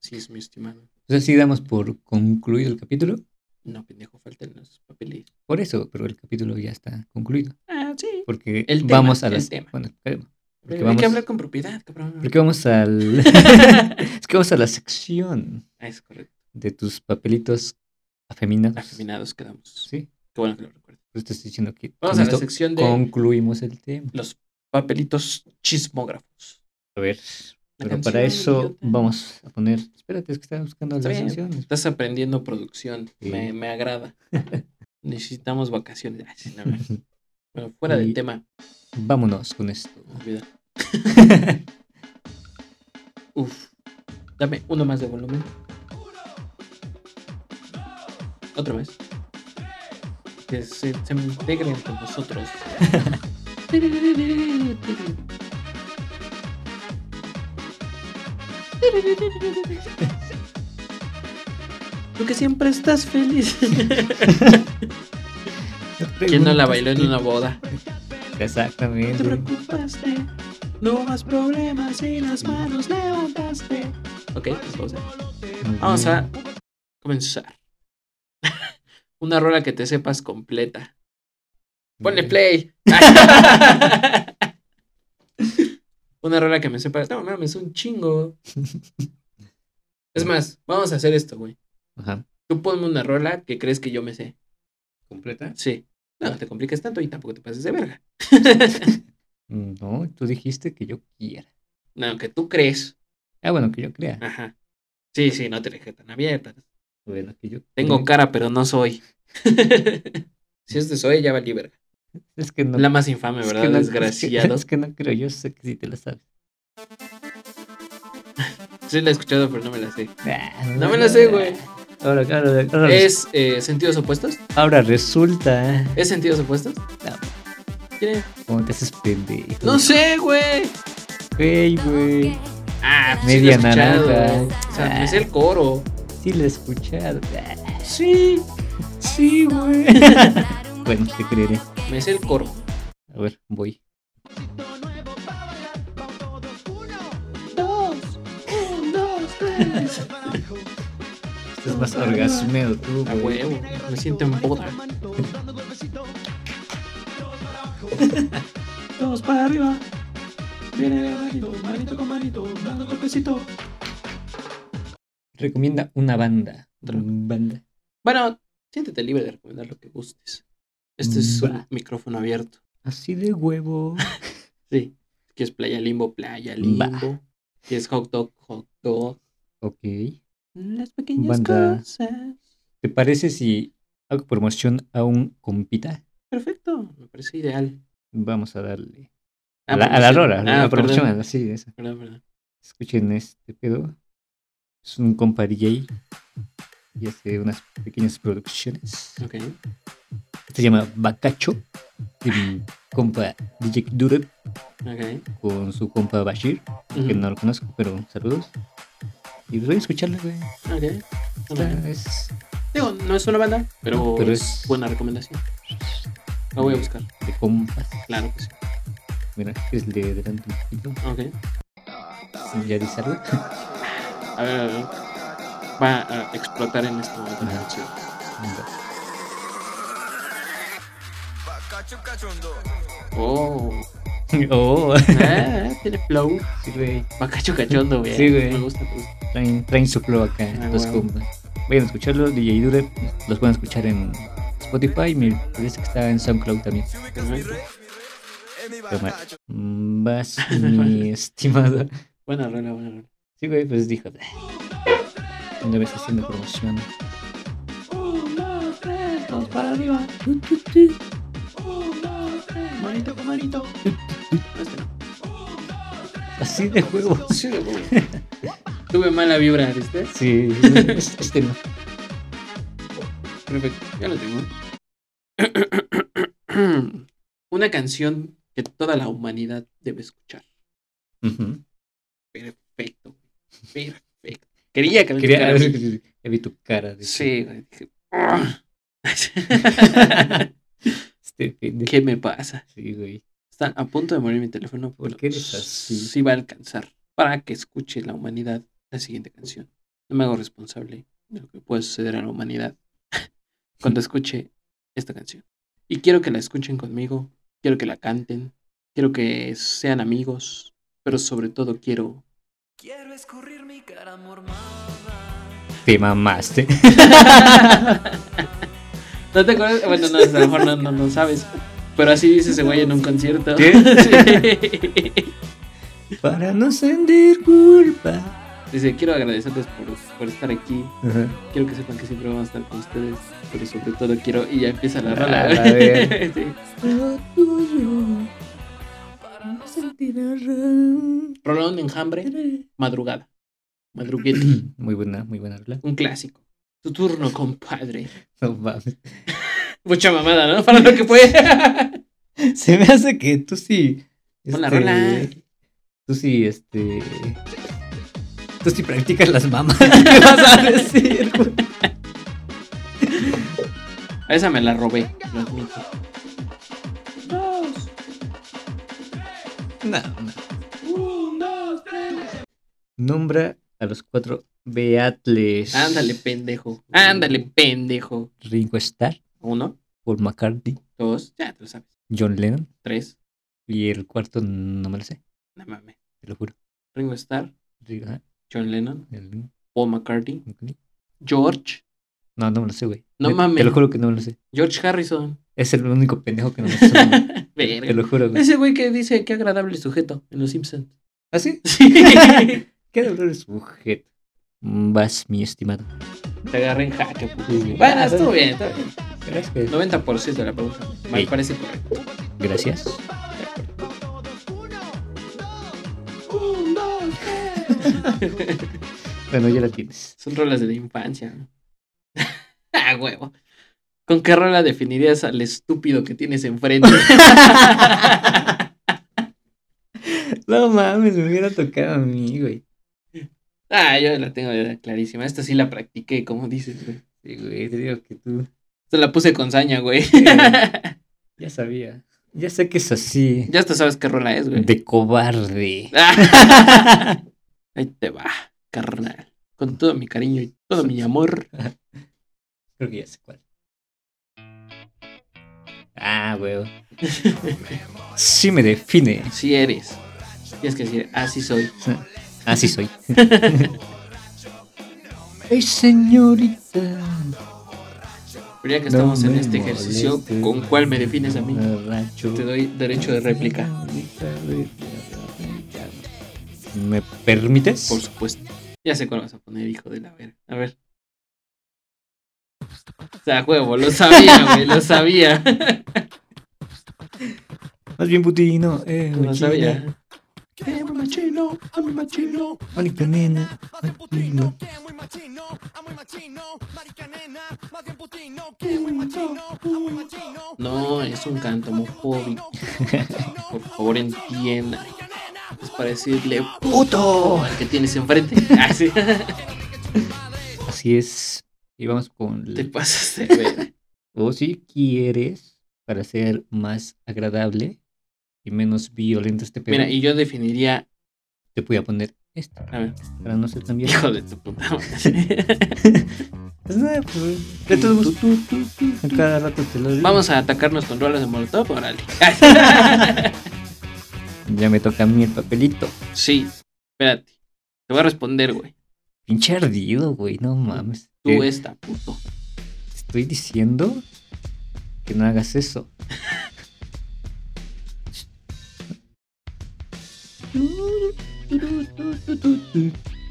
Sí, es mi estimado.
Entonces sí damos por concluido el capítulo.
No, pendejo, faltan los papeles.
Por eso, pero el capítulo ya está concluido.
Ah, sí.
Porque
El tema,
vamos a
el
las...
tema.
Bueno, calma. Porque
Hay
vamos,
que hablar con propiedad, cabrón.
porque vamos
[LAUGHS]
al... [LAUGHS] es que vamos a la sección
Ah, es correcto.
de tus papelitos afeminados.
Afeminados quedamos.
Sí,
Qué bueno que lo recuerdo.
pues te estoy diciendo que
Vamos
con
a la
esto
sección de
concluimos el tema.
los papelitos chismógrafos.
A ver, pero
canción,
para eso
idiota.
vamos a poner... Espérate, es que estaba buscando
Está
las
bien,
canciones.
Estás aprendiendo producción.
Sí.
Me, me [LAUGHS] agrada. Necesitamos vacaciones. Ay, sí, no, [LAUGHS] no. Bueno, fuera del
Y-
tema.
Vámonos con esto.
[LAUGHS] olvida. Uf. Dame uno más de volumen. Otro más. Que se, se integren con [LAUGHS] nosotros. Porque siempre estás feliz. ¿Quién no la bailó en una boda?
Exactamente.
preocupaste, no más problemas y las manos levantaste. Ok, pues pausa. Vamos a comenzar. [LAUGHS] Una rola que te sepas completa. Ponle play. [LAUGHS] Una rola que me sepas. No mames, un chingo. Es más, vamos a hacer esto, güey.
Ajá.
Tú ponme una rola que crees que yo me sé.
¿Completa?
Sí. No, no te compliques tanto y tampoco te pases de verga.
No, tú dijiste que yo quiera.
No, que tú crees.
Ah, bueno, que yo crea.
Ajá. Sí, sí, no te dejé tan abierta.
Bueno, que yo.
Tengo cara, pero no soy. [LAUGHS] si es de soy, ya valí verga.
Es que no.
La más infame,
es que
¿verdad?
no-
Desgraciados.
[LAUGHS] Es que no creo, yo sé que sí te la sabes.
[LAUGHS] Sí la he escuchado, pero no me la sé.
Ah,
No me la sé, güey.
Ahora, ahora, ahora,
¿Es eh, sentidos opuestos?
ahora resulta.
¿Es sentidos opuestos?
No.
¿Quién es?
¿Cómo te haces pendejo?
No sé, güey.
Güey, güey.
Ah, sí
Media
lo he escuchado. Ah.
naranja.
O sea, me sé el coro.
Sí la he escuchado. Ah,
Sí.
Sí, güey. [LAUGHS] bueno, te creeré.
Me sé el coro.
A ver, voy. [LAUGHS] Estás más orgasmeo tú,
A
güey.
huevo. Me siento en boda.
[LAUGHS] Todos para arriba. Viene manito, manito con manito, dando golpecito.
Recomienda una banda.
Otra.
Banda.
Bueno, siéntete libre de recomendar lo que gustes. Este es un
Va.
micrófono abierto.
Así de huevo.
Sí. Si quieres playa limbo, playa limbo.
Va.
Si es hot dog, hot dog.
[LAUGHS] ok. ¿Te
Las pequeñas
Banda.
cosas.
parece si hago promoción a un compita?
Perfecto. Me parece ideal.
Vamos a darle.
Ah,
a la, a
porque
la
sí.
Aurora,
Ah,
la promoción,
perdón,
así, esa.
perdón, perdón.
Escuchen este pedo. Es un compa DJ y hace unas pequeñas producciones.
Ok.
Este se llama Bacacho, de mi compa DJ Dureb
Ok.
con su compa Bashir, que
Ujú.
no lo conozco, pero saludos. Y voy a escucharlo, güey.
Ok.
Está-
Ok.
es-
Digo, no es una banda, pero,
Pero
es
es-
buena recomendación. La voy a buscar.
de compas.
Claro que sí.
Mira, es de delante un poquito.
Ok.
sin Ya dice
[LAUGHS]
algo.
A ver, a ver. Va a explotar en este momento. la
Ajá.
canción. Oh.
oh,
Ah, [LAUGHS] tiene flow.
sí, güey.
Bacacho cachondo, güey.
Sí, güey.
Me gusta, me gusta.
Traen, traen su flow acá,
Ah,
los
huevo.
compas. Vayan a escucharlo, DJ Dure. Los pueden escuchar en Spotify. Me parece que está en SoundCloud también.
Perfecto.
Pero bueno. Mm, Vas,
[LAUGHS]
mi estimada.
Buena rola, buena rola.
Sí, güey, pues dijo. "Ah, Una vez haciendo promoción.
Todos para arriba. Uno, tres. Manito con manito.
Así de juego.
Sí, de huevo. Tuve mala vibra, ¿viste?
Sí, es- este no.
Perfecto. Ya lo tengo. [COUGHS] Una canción que toda la humanidad debe escuchar. [LAUGHS]
Ujú.
Perfecto. güey. Perfecto. Quería que me
Quería
tocara a mí.
Ya [LAUGHS] vi tu cara. de-
Sí, güey. [LAUGHS] Dije, ¡ah! "Ugh".
Este pendejo.
¿Qué me pasa?
Sí, güey.
Está a punto de morir mi teléfono.
¿Por
pero pues,
qué eres así?
Sí va a alcanzar para que escuche la humanidad la siguiente canción. No me hago responsable de lo que puede suceder a la humanidad [LAUGHS] cuando escuche esta canción. Y quiero que la escuchen conmigo, quiero que la canten, quiero que sean amigos, pero sobre todo quiero... [LAUGHS]
Quiero escurrir mi cara mormada.
Te mamaste.
¿No te acuerdas? Bueno, no, a lo mejor no, no, no sabes. Pero así dice ese güey en un concierto.
¿Sí?
[LAUGHS] Sí.
[LAUGHS] Para no sentir culpa.
Dice, quiero agradecerles por, por estar aquí. Quiero que sepan que siempre vamos a estar con ustedes. Pero sobre todo quiero... Y ya empieza la rola.
Ah,
güey.
la verga.
[LAUGHS] Sí. Rolón de enjambre, madrugada. Madruguete.
[CLEARS THROAT] Muy buena, muy buena rola. [LAUGHS]
Un clásico. Tu turno, compadre.
No mames.
Mucha mamada, ¿no? Para lo que fue. [LAUGHS]
Se me hace que tú sí. este,
Hola, rola.
Tú sí, este. Tú sí practicas las [LAUGHS] mamás. ¿Qué vas a decir, güey?
A esa me la robé, lo admito.
No, no. Nombra a los cuatro Beatles.
Ándale, pendejo. Ándale, pendejo.
Ringo Starr,
Uno,
Paul McCartney,
dos, ya te lo sabes.
John Lennon.
Tres,
Y el cuarto no me lo sé,
no mames.
te lo juro.
Ringo Starr,
Ringo- ah,
John Lennon,
el-
Paul McCartney, George,
No, no me lo sé, güey.
No
Te-
mames.
Te lo juro que no me lo sé.
George Harrison.
Es el único pendejo que no me lo sé. güey. [LAUGHS]
Verga.
te lo juro, güey.
Ese güey que dice qué agradable sujeto en Los Simpsons.
¿Ah, sí? [LAUGHS]
Sí.
Qué dolor es sujeto. Vas, mi estimado.
Te agarré en jaque. pues.
Sí, güey.
Bueno, estuvo bien, estuvo bien.
Gracias.
90% de la pregunta. Me
Sí.
parece correcto.
[LAUGHS] Gracias. Bueno, ya la tienes.
Son rolas de la infancia. ¿no? [LAUGHS] ah, huevo. ¿Con qué rola definirías al estúpido que
[LAUGHS]
tienes enfrente?
No mames, me hubiera tocado a mí, güey.
ah, yo la tengo ya clarísima. Esta sí la practiqué, como dices, güey.
Sí, güey, te digo que tú.
Esta la puse con saña, güey. [LAUGHS]
Ya sabía. Ya sé que es así.
ya hasta sabes qué rola es, güey.
De [LAUGHS] cobarde.
Ah. [LAUGHS] Ahí te va, carnal. Con todo mi cariño y todo mi amor.
Creo que ya sé cuál. Ah, huevo. Sí me define.
Si eres. Tienes que decir, así soy.
Así Ah,
[LAUGHS]
soy. Ay, señorita.
Pero ya que
No
estamos en
me
este ejercicio,
molestes,
¿con cuál me defines a mí?
borracho.
Te doy derecho de réplica.
¿Me permites?
Por supuesto. Ya sé cuál vas a poner, hijo de la verga. A ver. O sea, huevo, lo
[LAUGHS]
sabía, güey, lo sabía.
Más bien putino, eh,
Lo
machina.
sabía.
Que muy machino, a muy machino.
Marica nena,
Hace putino, que muy machino, a muy machino. Marica nena, más bien putino, que muy machino, a muy machino.
No, es un canto homofóbico. [LAUGHS] Por favor, entienda. Es para decirle puto al que tienes enfrente. [LAUGHS] Así.
Así es. Y vamos con...
Te
la-
pasaste,
[LAUGHS]
güey.
O si quieres, para ser más agradable y menos violento este pedo,
Mira, y yo definiría.
te voy a poner esto,
A ver,
para no ser tan violento.
hijo de tu puta madre.
Pues
eh,
nada, pues, de todos modos, a cada rato te lo digo.
Vamos a atacarnos con rolas de molotov, órale.
Ya me toca a mí el papelito.
Sí, espérate. Te voy a responder, güey.
Pinche ardido, güey, no mames.
Tú
Eh,
esta, puto.
Te estoy diciendo que no hagas eso.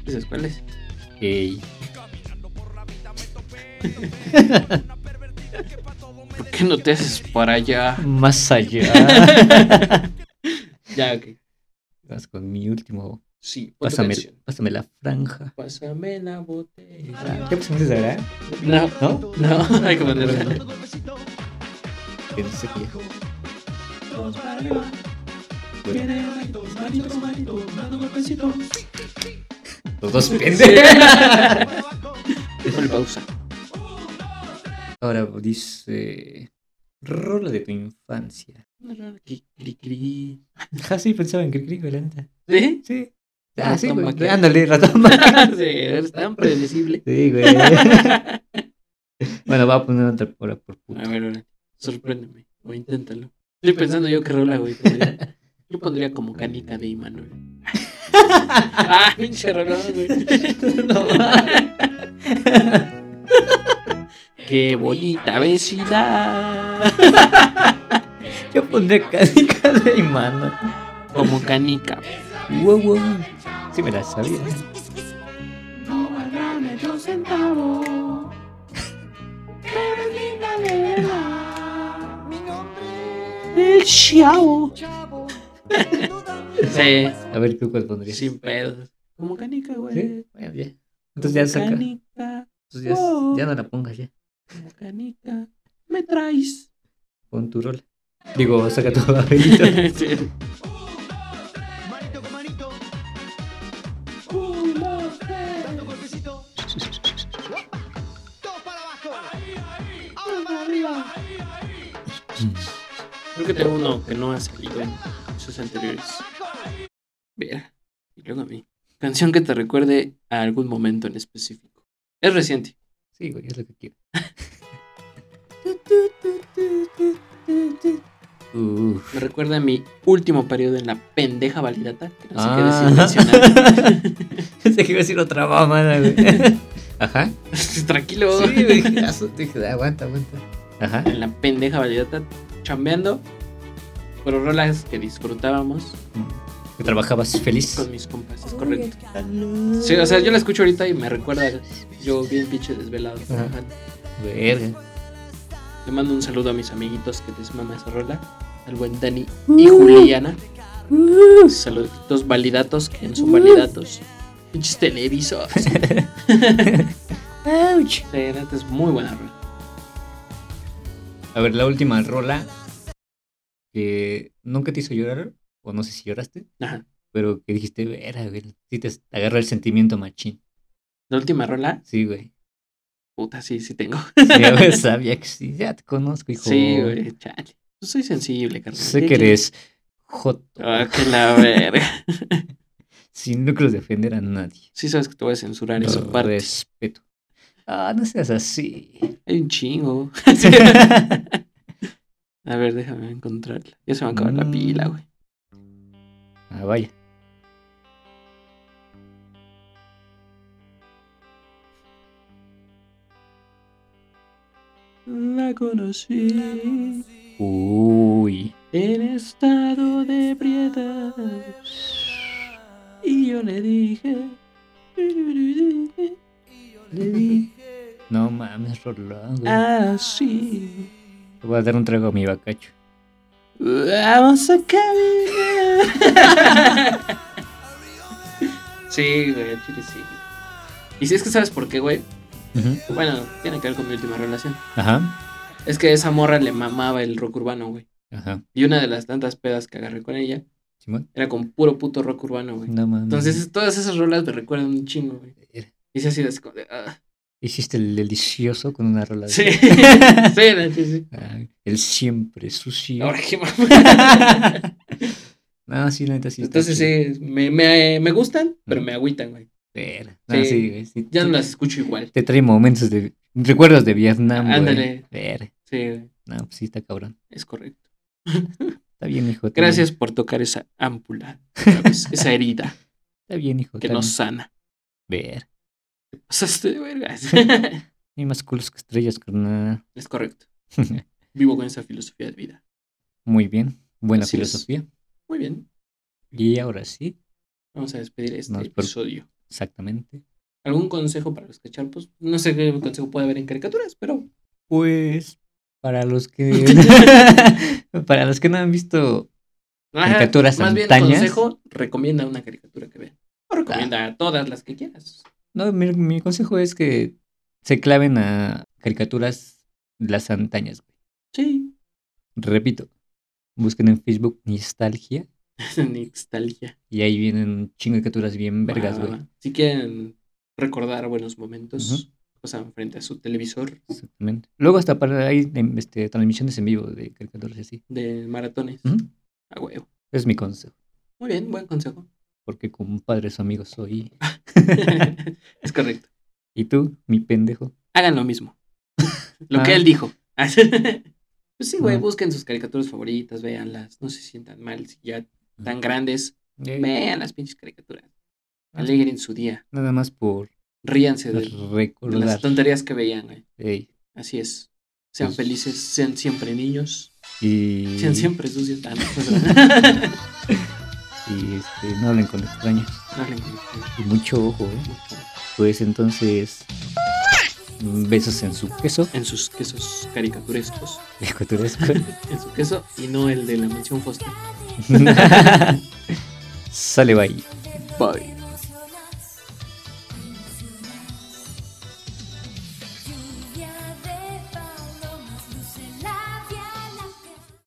¿Dices cuál es?
Ey,
¿Por qué no te haces para allá?
más
[LAUGHS]
allá.
Ya, ok.
Vas con mi último.
Sí, pon tu
Pásame,
canción.
pásame la franja.
Pásame la botella.
¿Qué pusimos esa, verdad?
No,
Ah. ¿No?
no, [LAUGHS] hay que ponerla.
Pensé que ya.
Viene manitos, manitos, manitos, dando golpecitos.
Los dos pendejos.
Ponle pausa.
[LAUGHS] Ahora dice. Rola de tu infancia.
Cri, cri, cri.
Ah, sí, pensaba en Cricri, güey, la neta.
¿Sí? [LAUGHS]
Sí. Ah,
Ratón
sí, güey.
vaquero.
Ándale, [LAUGHS] ratón.
Sí, es tan predecible.
Sí, güey. bueno, va a poner otra hora por puto.
A ver, ahora. Sorpréndeme. O inténtalo. Estoy pensando yo qué rola, güey. pondría. Yo pondría [LAUGHS] como canica de Imanuel. ah, pinche rola, [LAUGHS] güey. Qué bonita vecindad.
Yo pondré canica de mano.
Como canica.
Wow, wow. Sí, me la sabía.
No valdrá medio centavo. Pero es linda de verdad. Mi nombre es Chavo. Chavo.
Sí,
A ver, ¿tú cuál pondrías?
sin pedos. Como canica, güey.
Sí, bueno, ya. Entonces ya saca. Entonces
Canica,
ya, ya no la pongas ya.
como canica. Me traes.
Pon tu rola. Digo, saca [LAUGHS] tu papelito.
[LAUGHS] Sí.
Manito con manito. Uno, tres. Dando golpecito. Dos para abajo. Ahora para arriba.
Creo que tengo uno que no ha salido en sus anteriores. Mira, y luego a mí. Canción que te recuerde a algún momento en específico. Es reciente.
Sí, güey, es lo que quiero. Uf.
Me recuerda a mi último periodo en la pendeja validata. Que no sé
[LAUGHS]
qué
Ah.
decir mencionar. [LAUGHS]
Pensé que iba a decir otra mamada, güey. [LAUGHS] Ajá.
Tranquilo. [LAUGHS]
Sí, güey. dije, ah, su- dije, aguanta, aguanta. Ajá.
En la pendeja validata, chambeando. Pero rolas que disfrutábamos.
que trabajabas feliz.
Con mis compas, es correcto. Sí, o sea, yo la escucho ahorita y me recuerda yo bien pinche desvelado.
Ajá.
Ajá.
Verga.
Le mando un saludo a mis amiguitos que les mama esa rola. Al buen Dani y Juliana. Saludos, dos validatos que son validatos. Pinches televisores.
Ouch.
[LAUGHS] Sí, neta, es muy buena rola.
A ver, la última rola que nunca te hizo llorar, o no sé si lloraste,
Ajá.
pero que dijiste, verga, güey, sí te agarra el sentimiento machín.
La última rola,
Sí, güey.
puta, sí, sí tengo.
Sí, güey, sabía que sí, ya te conozco, hijo.
Sí, güey, chale. Yo soy sensible, carnal.
Sé que eres joto,
Ah, que la verga.
sin lucros de ofender a nadie.
Sí sabes que te voy a censurar eso
No,
parte.
Respeto. Ah, no seas así.
Hay un chingo. [LAUGHS] A ver, déjame encontrarla. Ya se me acaba la
Mm.
pila, güey.
[LAUGHS] Ah, vaya.
La conocí
Uy.
en estado de prieta Y yo le dije. Le dije
No mames, Rolón, güey.
Ah. así.
Le Voy a dar un trago a mi bacacho.
Vamos a caminar. [LAUGHS] sí, güey, al chile sí. Y si es que sabes por qué, güey.
Ujú.
Bueno, tiene que ver con mi última relación.
Ajá.
Es que a esa morra le mamaba el rock urbano, güey.
Ajá.
Y una de las tantas pedas que agarré con ella
Simón.
era con puro puto rock urbano, güey.
No mames.
Entonces todas esas rolas me recuerdan un chingo, güey. Y se así de así como de, ah.
Hiciste el delicioso con una rola de...
[LAUGHS] Sí, sí, sí, sí, sí.
Ah, el siempre sucio.
Ahora qué [LAUGHS] mamá.
[LAUGHS] no, sí, la neta sí. está
Entonces
chido.
sí, me, me, me gustan, pero
Ujú.
me agüitan, güey.
Verga. No,
Sí.
sí, güey, sí,
Ya no
sí.
las escucho igual.
Te trae momentos de... Recuerdos de Vietnam, güey.
Ándale.
Verga.
Sí, güey,
No, pues sí, está cabrón.
es correcto.
Está bien, hijo. está
Gracias
bien.
por tocar esa ámpula,
[LAUGHS]
¿sabes? esa herida
Está bien, hijo.
que
está
no
bien.
sana.
Ver.
Te Pasaste de
[LAUGHS]
vergas.
Hay más culos que estrellas, carnal.
[LAUGHS]
[LAUGHS]
es correcto. Vivo con esa filosofía de vida.
Muy bien. Buena
Así es.
filosofía.
Muy bien,
Y ahora sí,
vamos a despedir este
Nos por-
episodio.
exactamente.
¿Algún consejo para los cacharpos? No sé qué consejo puede haber en caricaturas, pero
Pues para los que
[LAUGHS]
[LAUGHS] para los que no han visto
Ajá,
Caricaturas
más bien
antañas. Ah.
consejo, recomienda una caricatura que vean. O recomienda todas las que quieras.
No, mi, mi consejo es que se claven a caricaturas de las antañas. güey.
Sí.
Repito, busquen en Facebook Nostalgia
[LAUGHS] Nostalgia.
y ahí vienen un chingo de caricaturas bien vergas,
Va, va,
güey.
va. Si quieren recordar buenos momentos,
Ujú.
pasan frente a su televisor
Exactamente. Luego hasta para hay em, este, transmisiones en vivo de caricaturas y así.
de maratones.
Ujú.
A huevo.
Es mi consejo,
Muy bien, buen consejo. [LAUGHS]
porque como padres o amigos soy.
es correcto.
¿Y tú, mi pendejo?
Hagan
[LAUGHS]
lo mismo. Lo que
Ah. [LAUGHS]
él dijo. pues sí, güey,
Ujú.
busquen sus caricaturas favoritas, véanlas. No se sientan mal si ya tan grandes.
Eh,
Vean las pinches caricaturas. Alegren su día.
Nada más por
Ríanse de, de
recordar.
las tonterías que veían, güey.
Ey,
Así es. Sean
Pues-
felices, sean siempre niños,
y,
sean siempre sucios. Ah, no, pues, [LAUGHS]
y, este, no hablen con extraños.
no hablen con ellos.
Y mucho ojo, ¿eh? Pues entonces, besos en su queso. [LAUGHS]
en sus quesos caricaturescos.
ecuatoresco.
[LAUGHS] En su queso y no el de la mansión Foster.
Sale, bye.
Bye.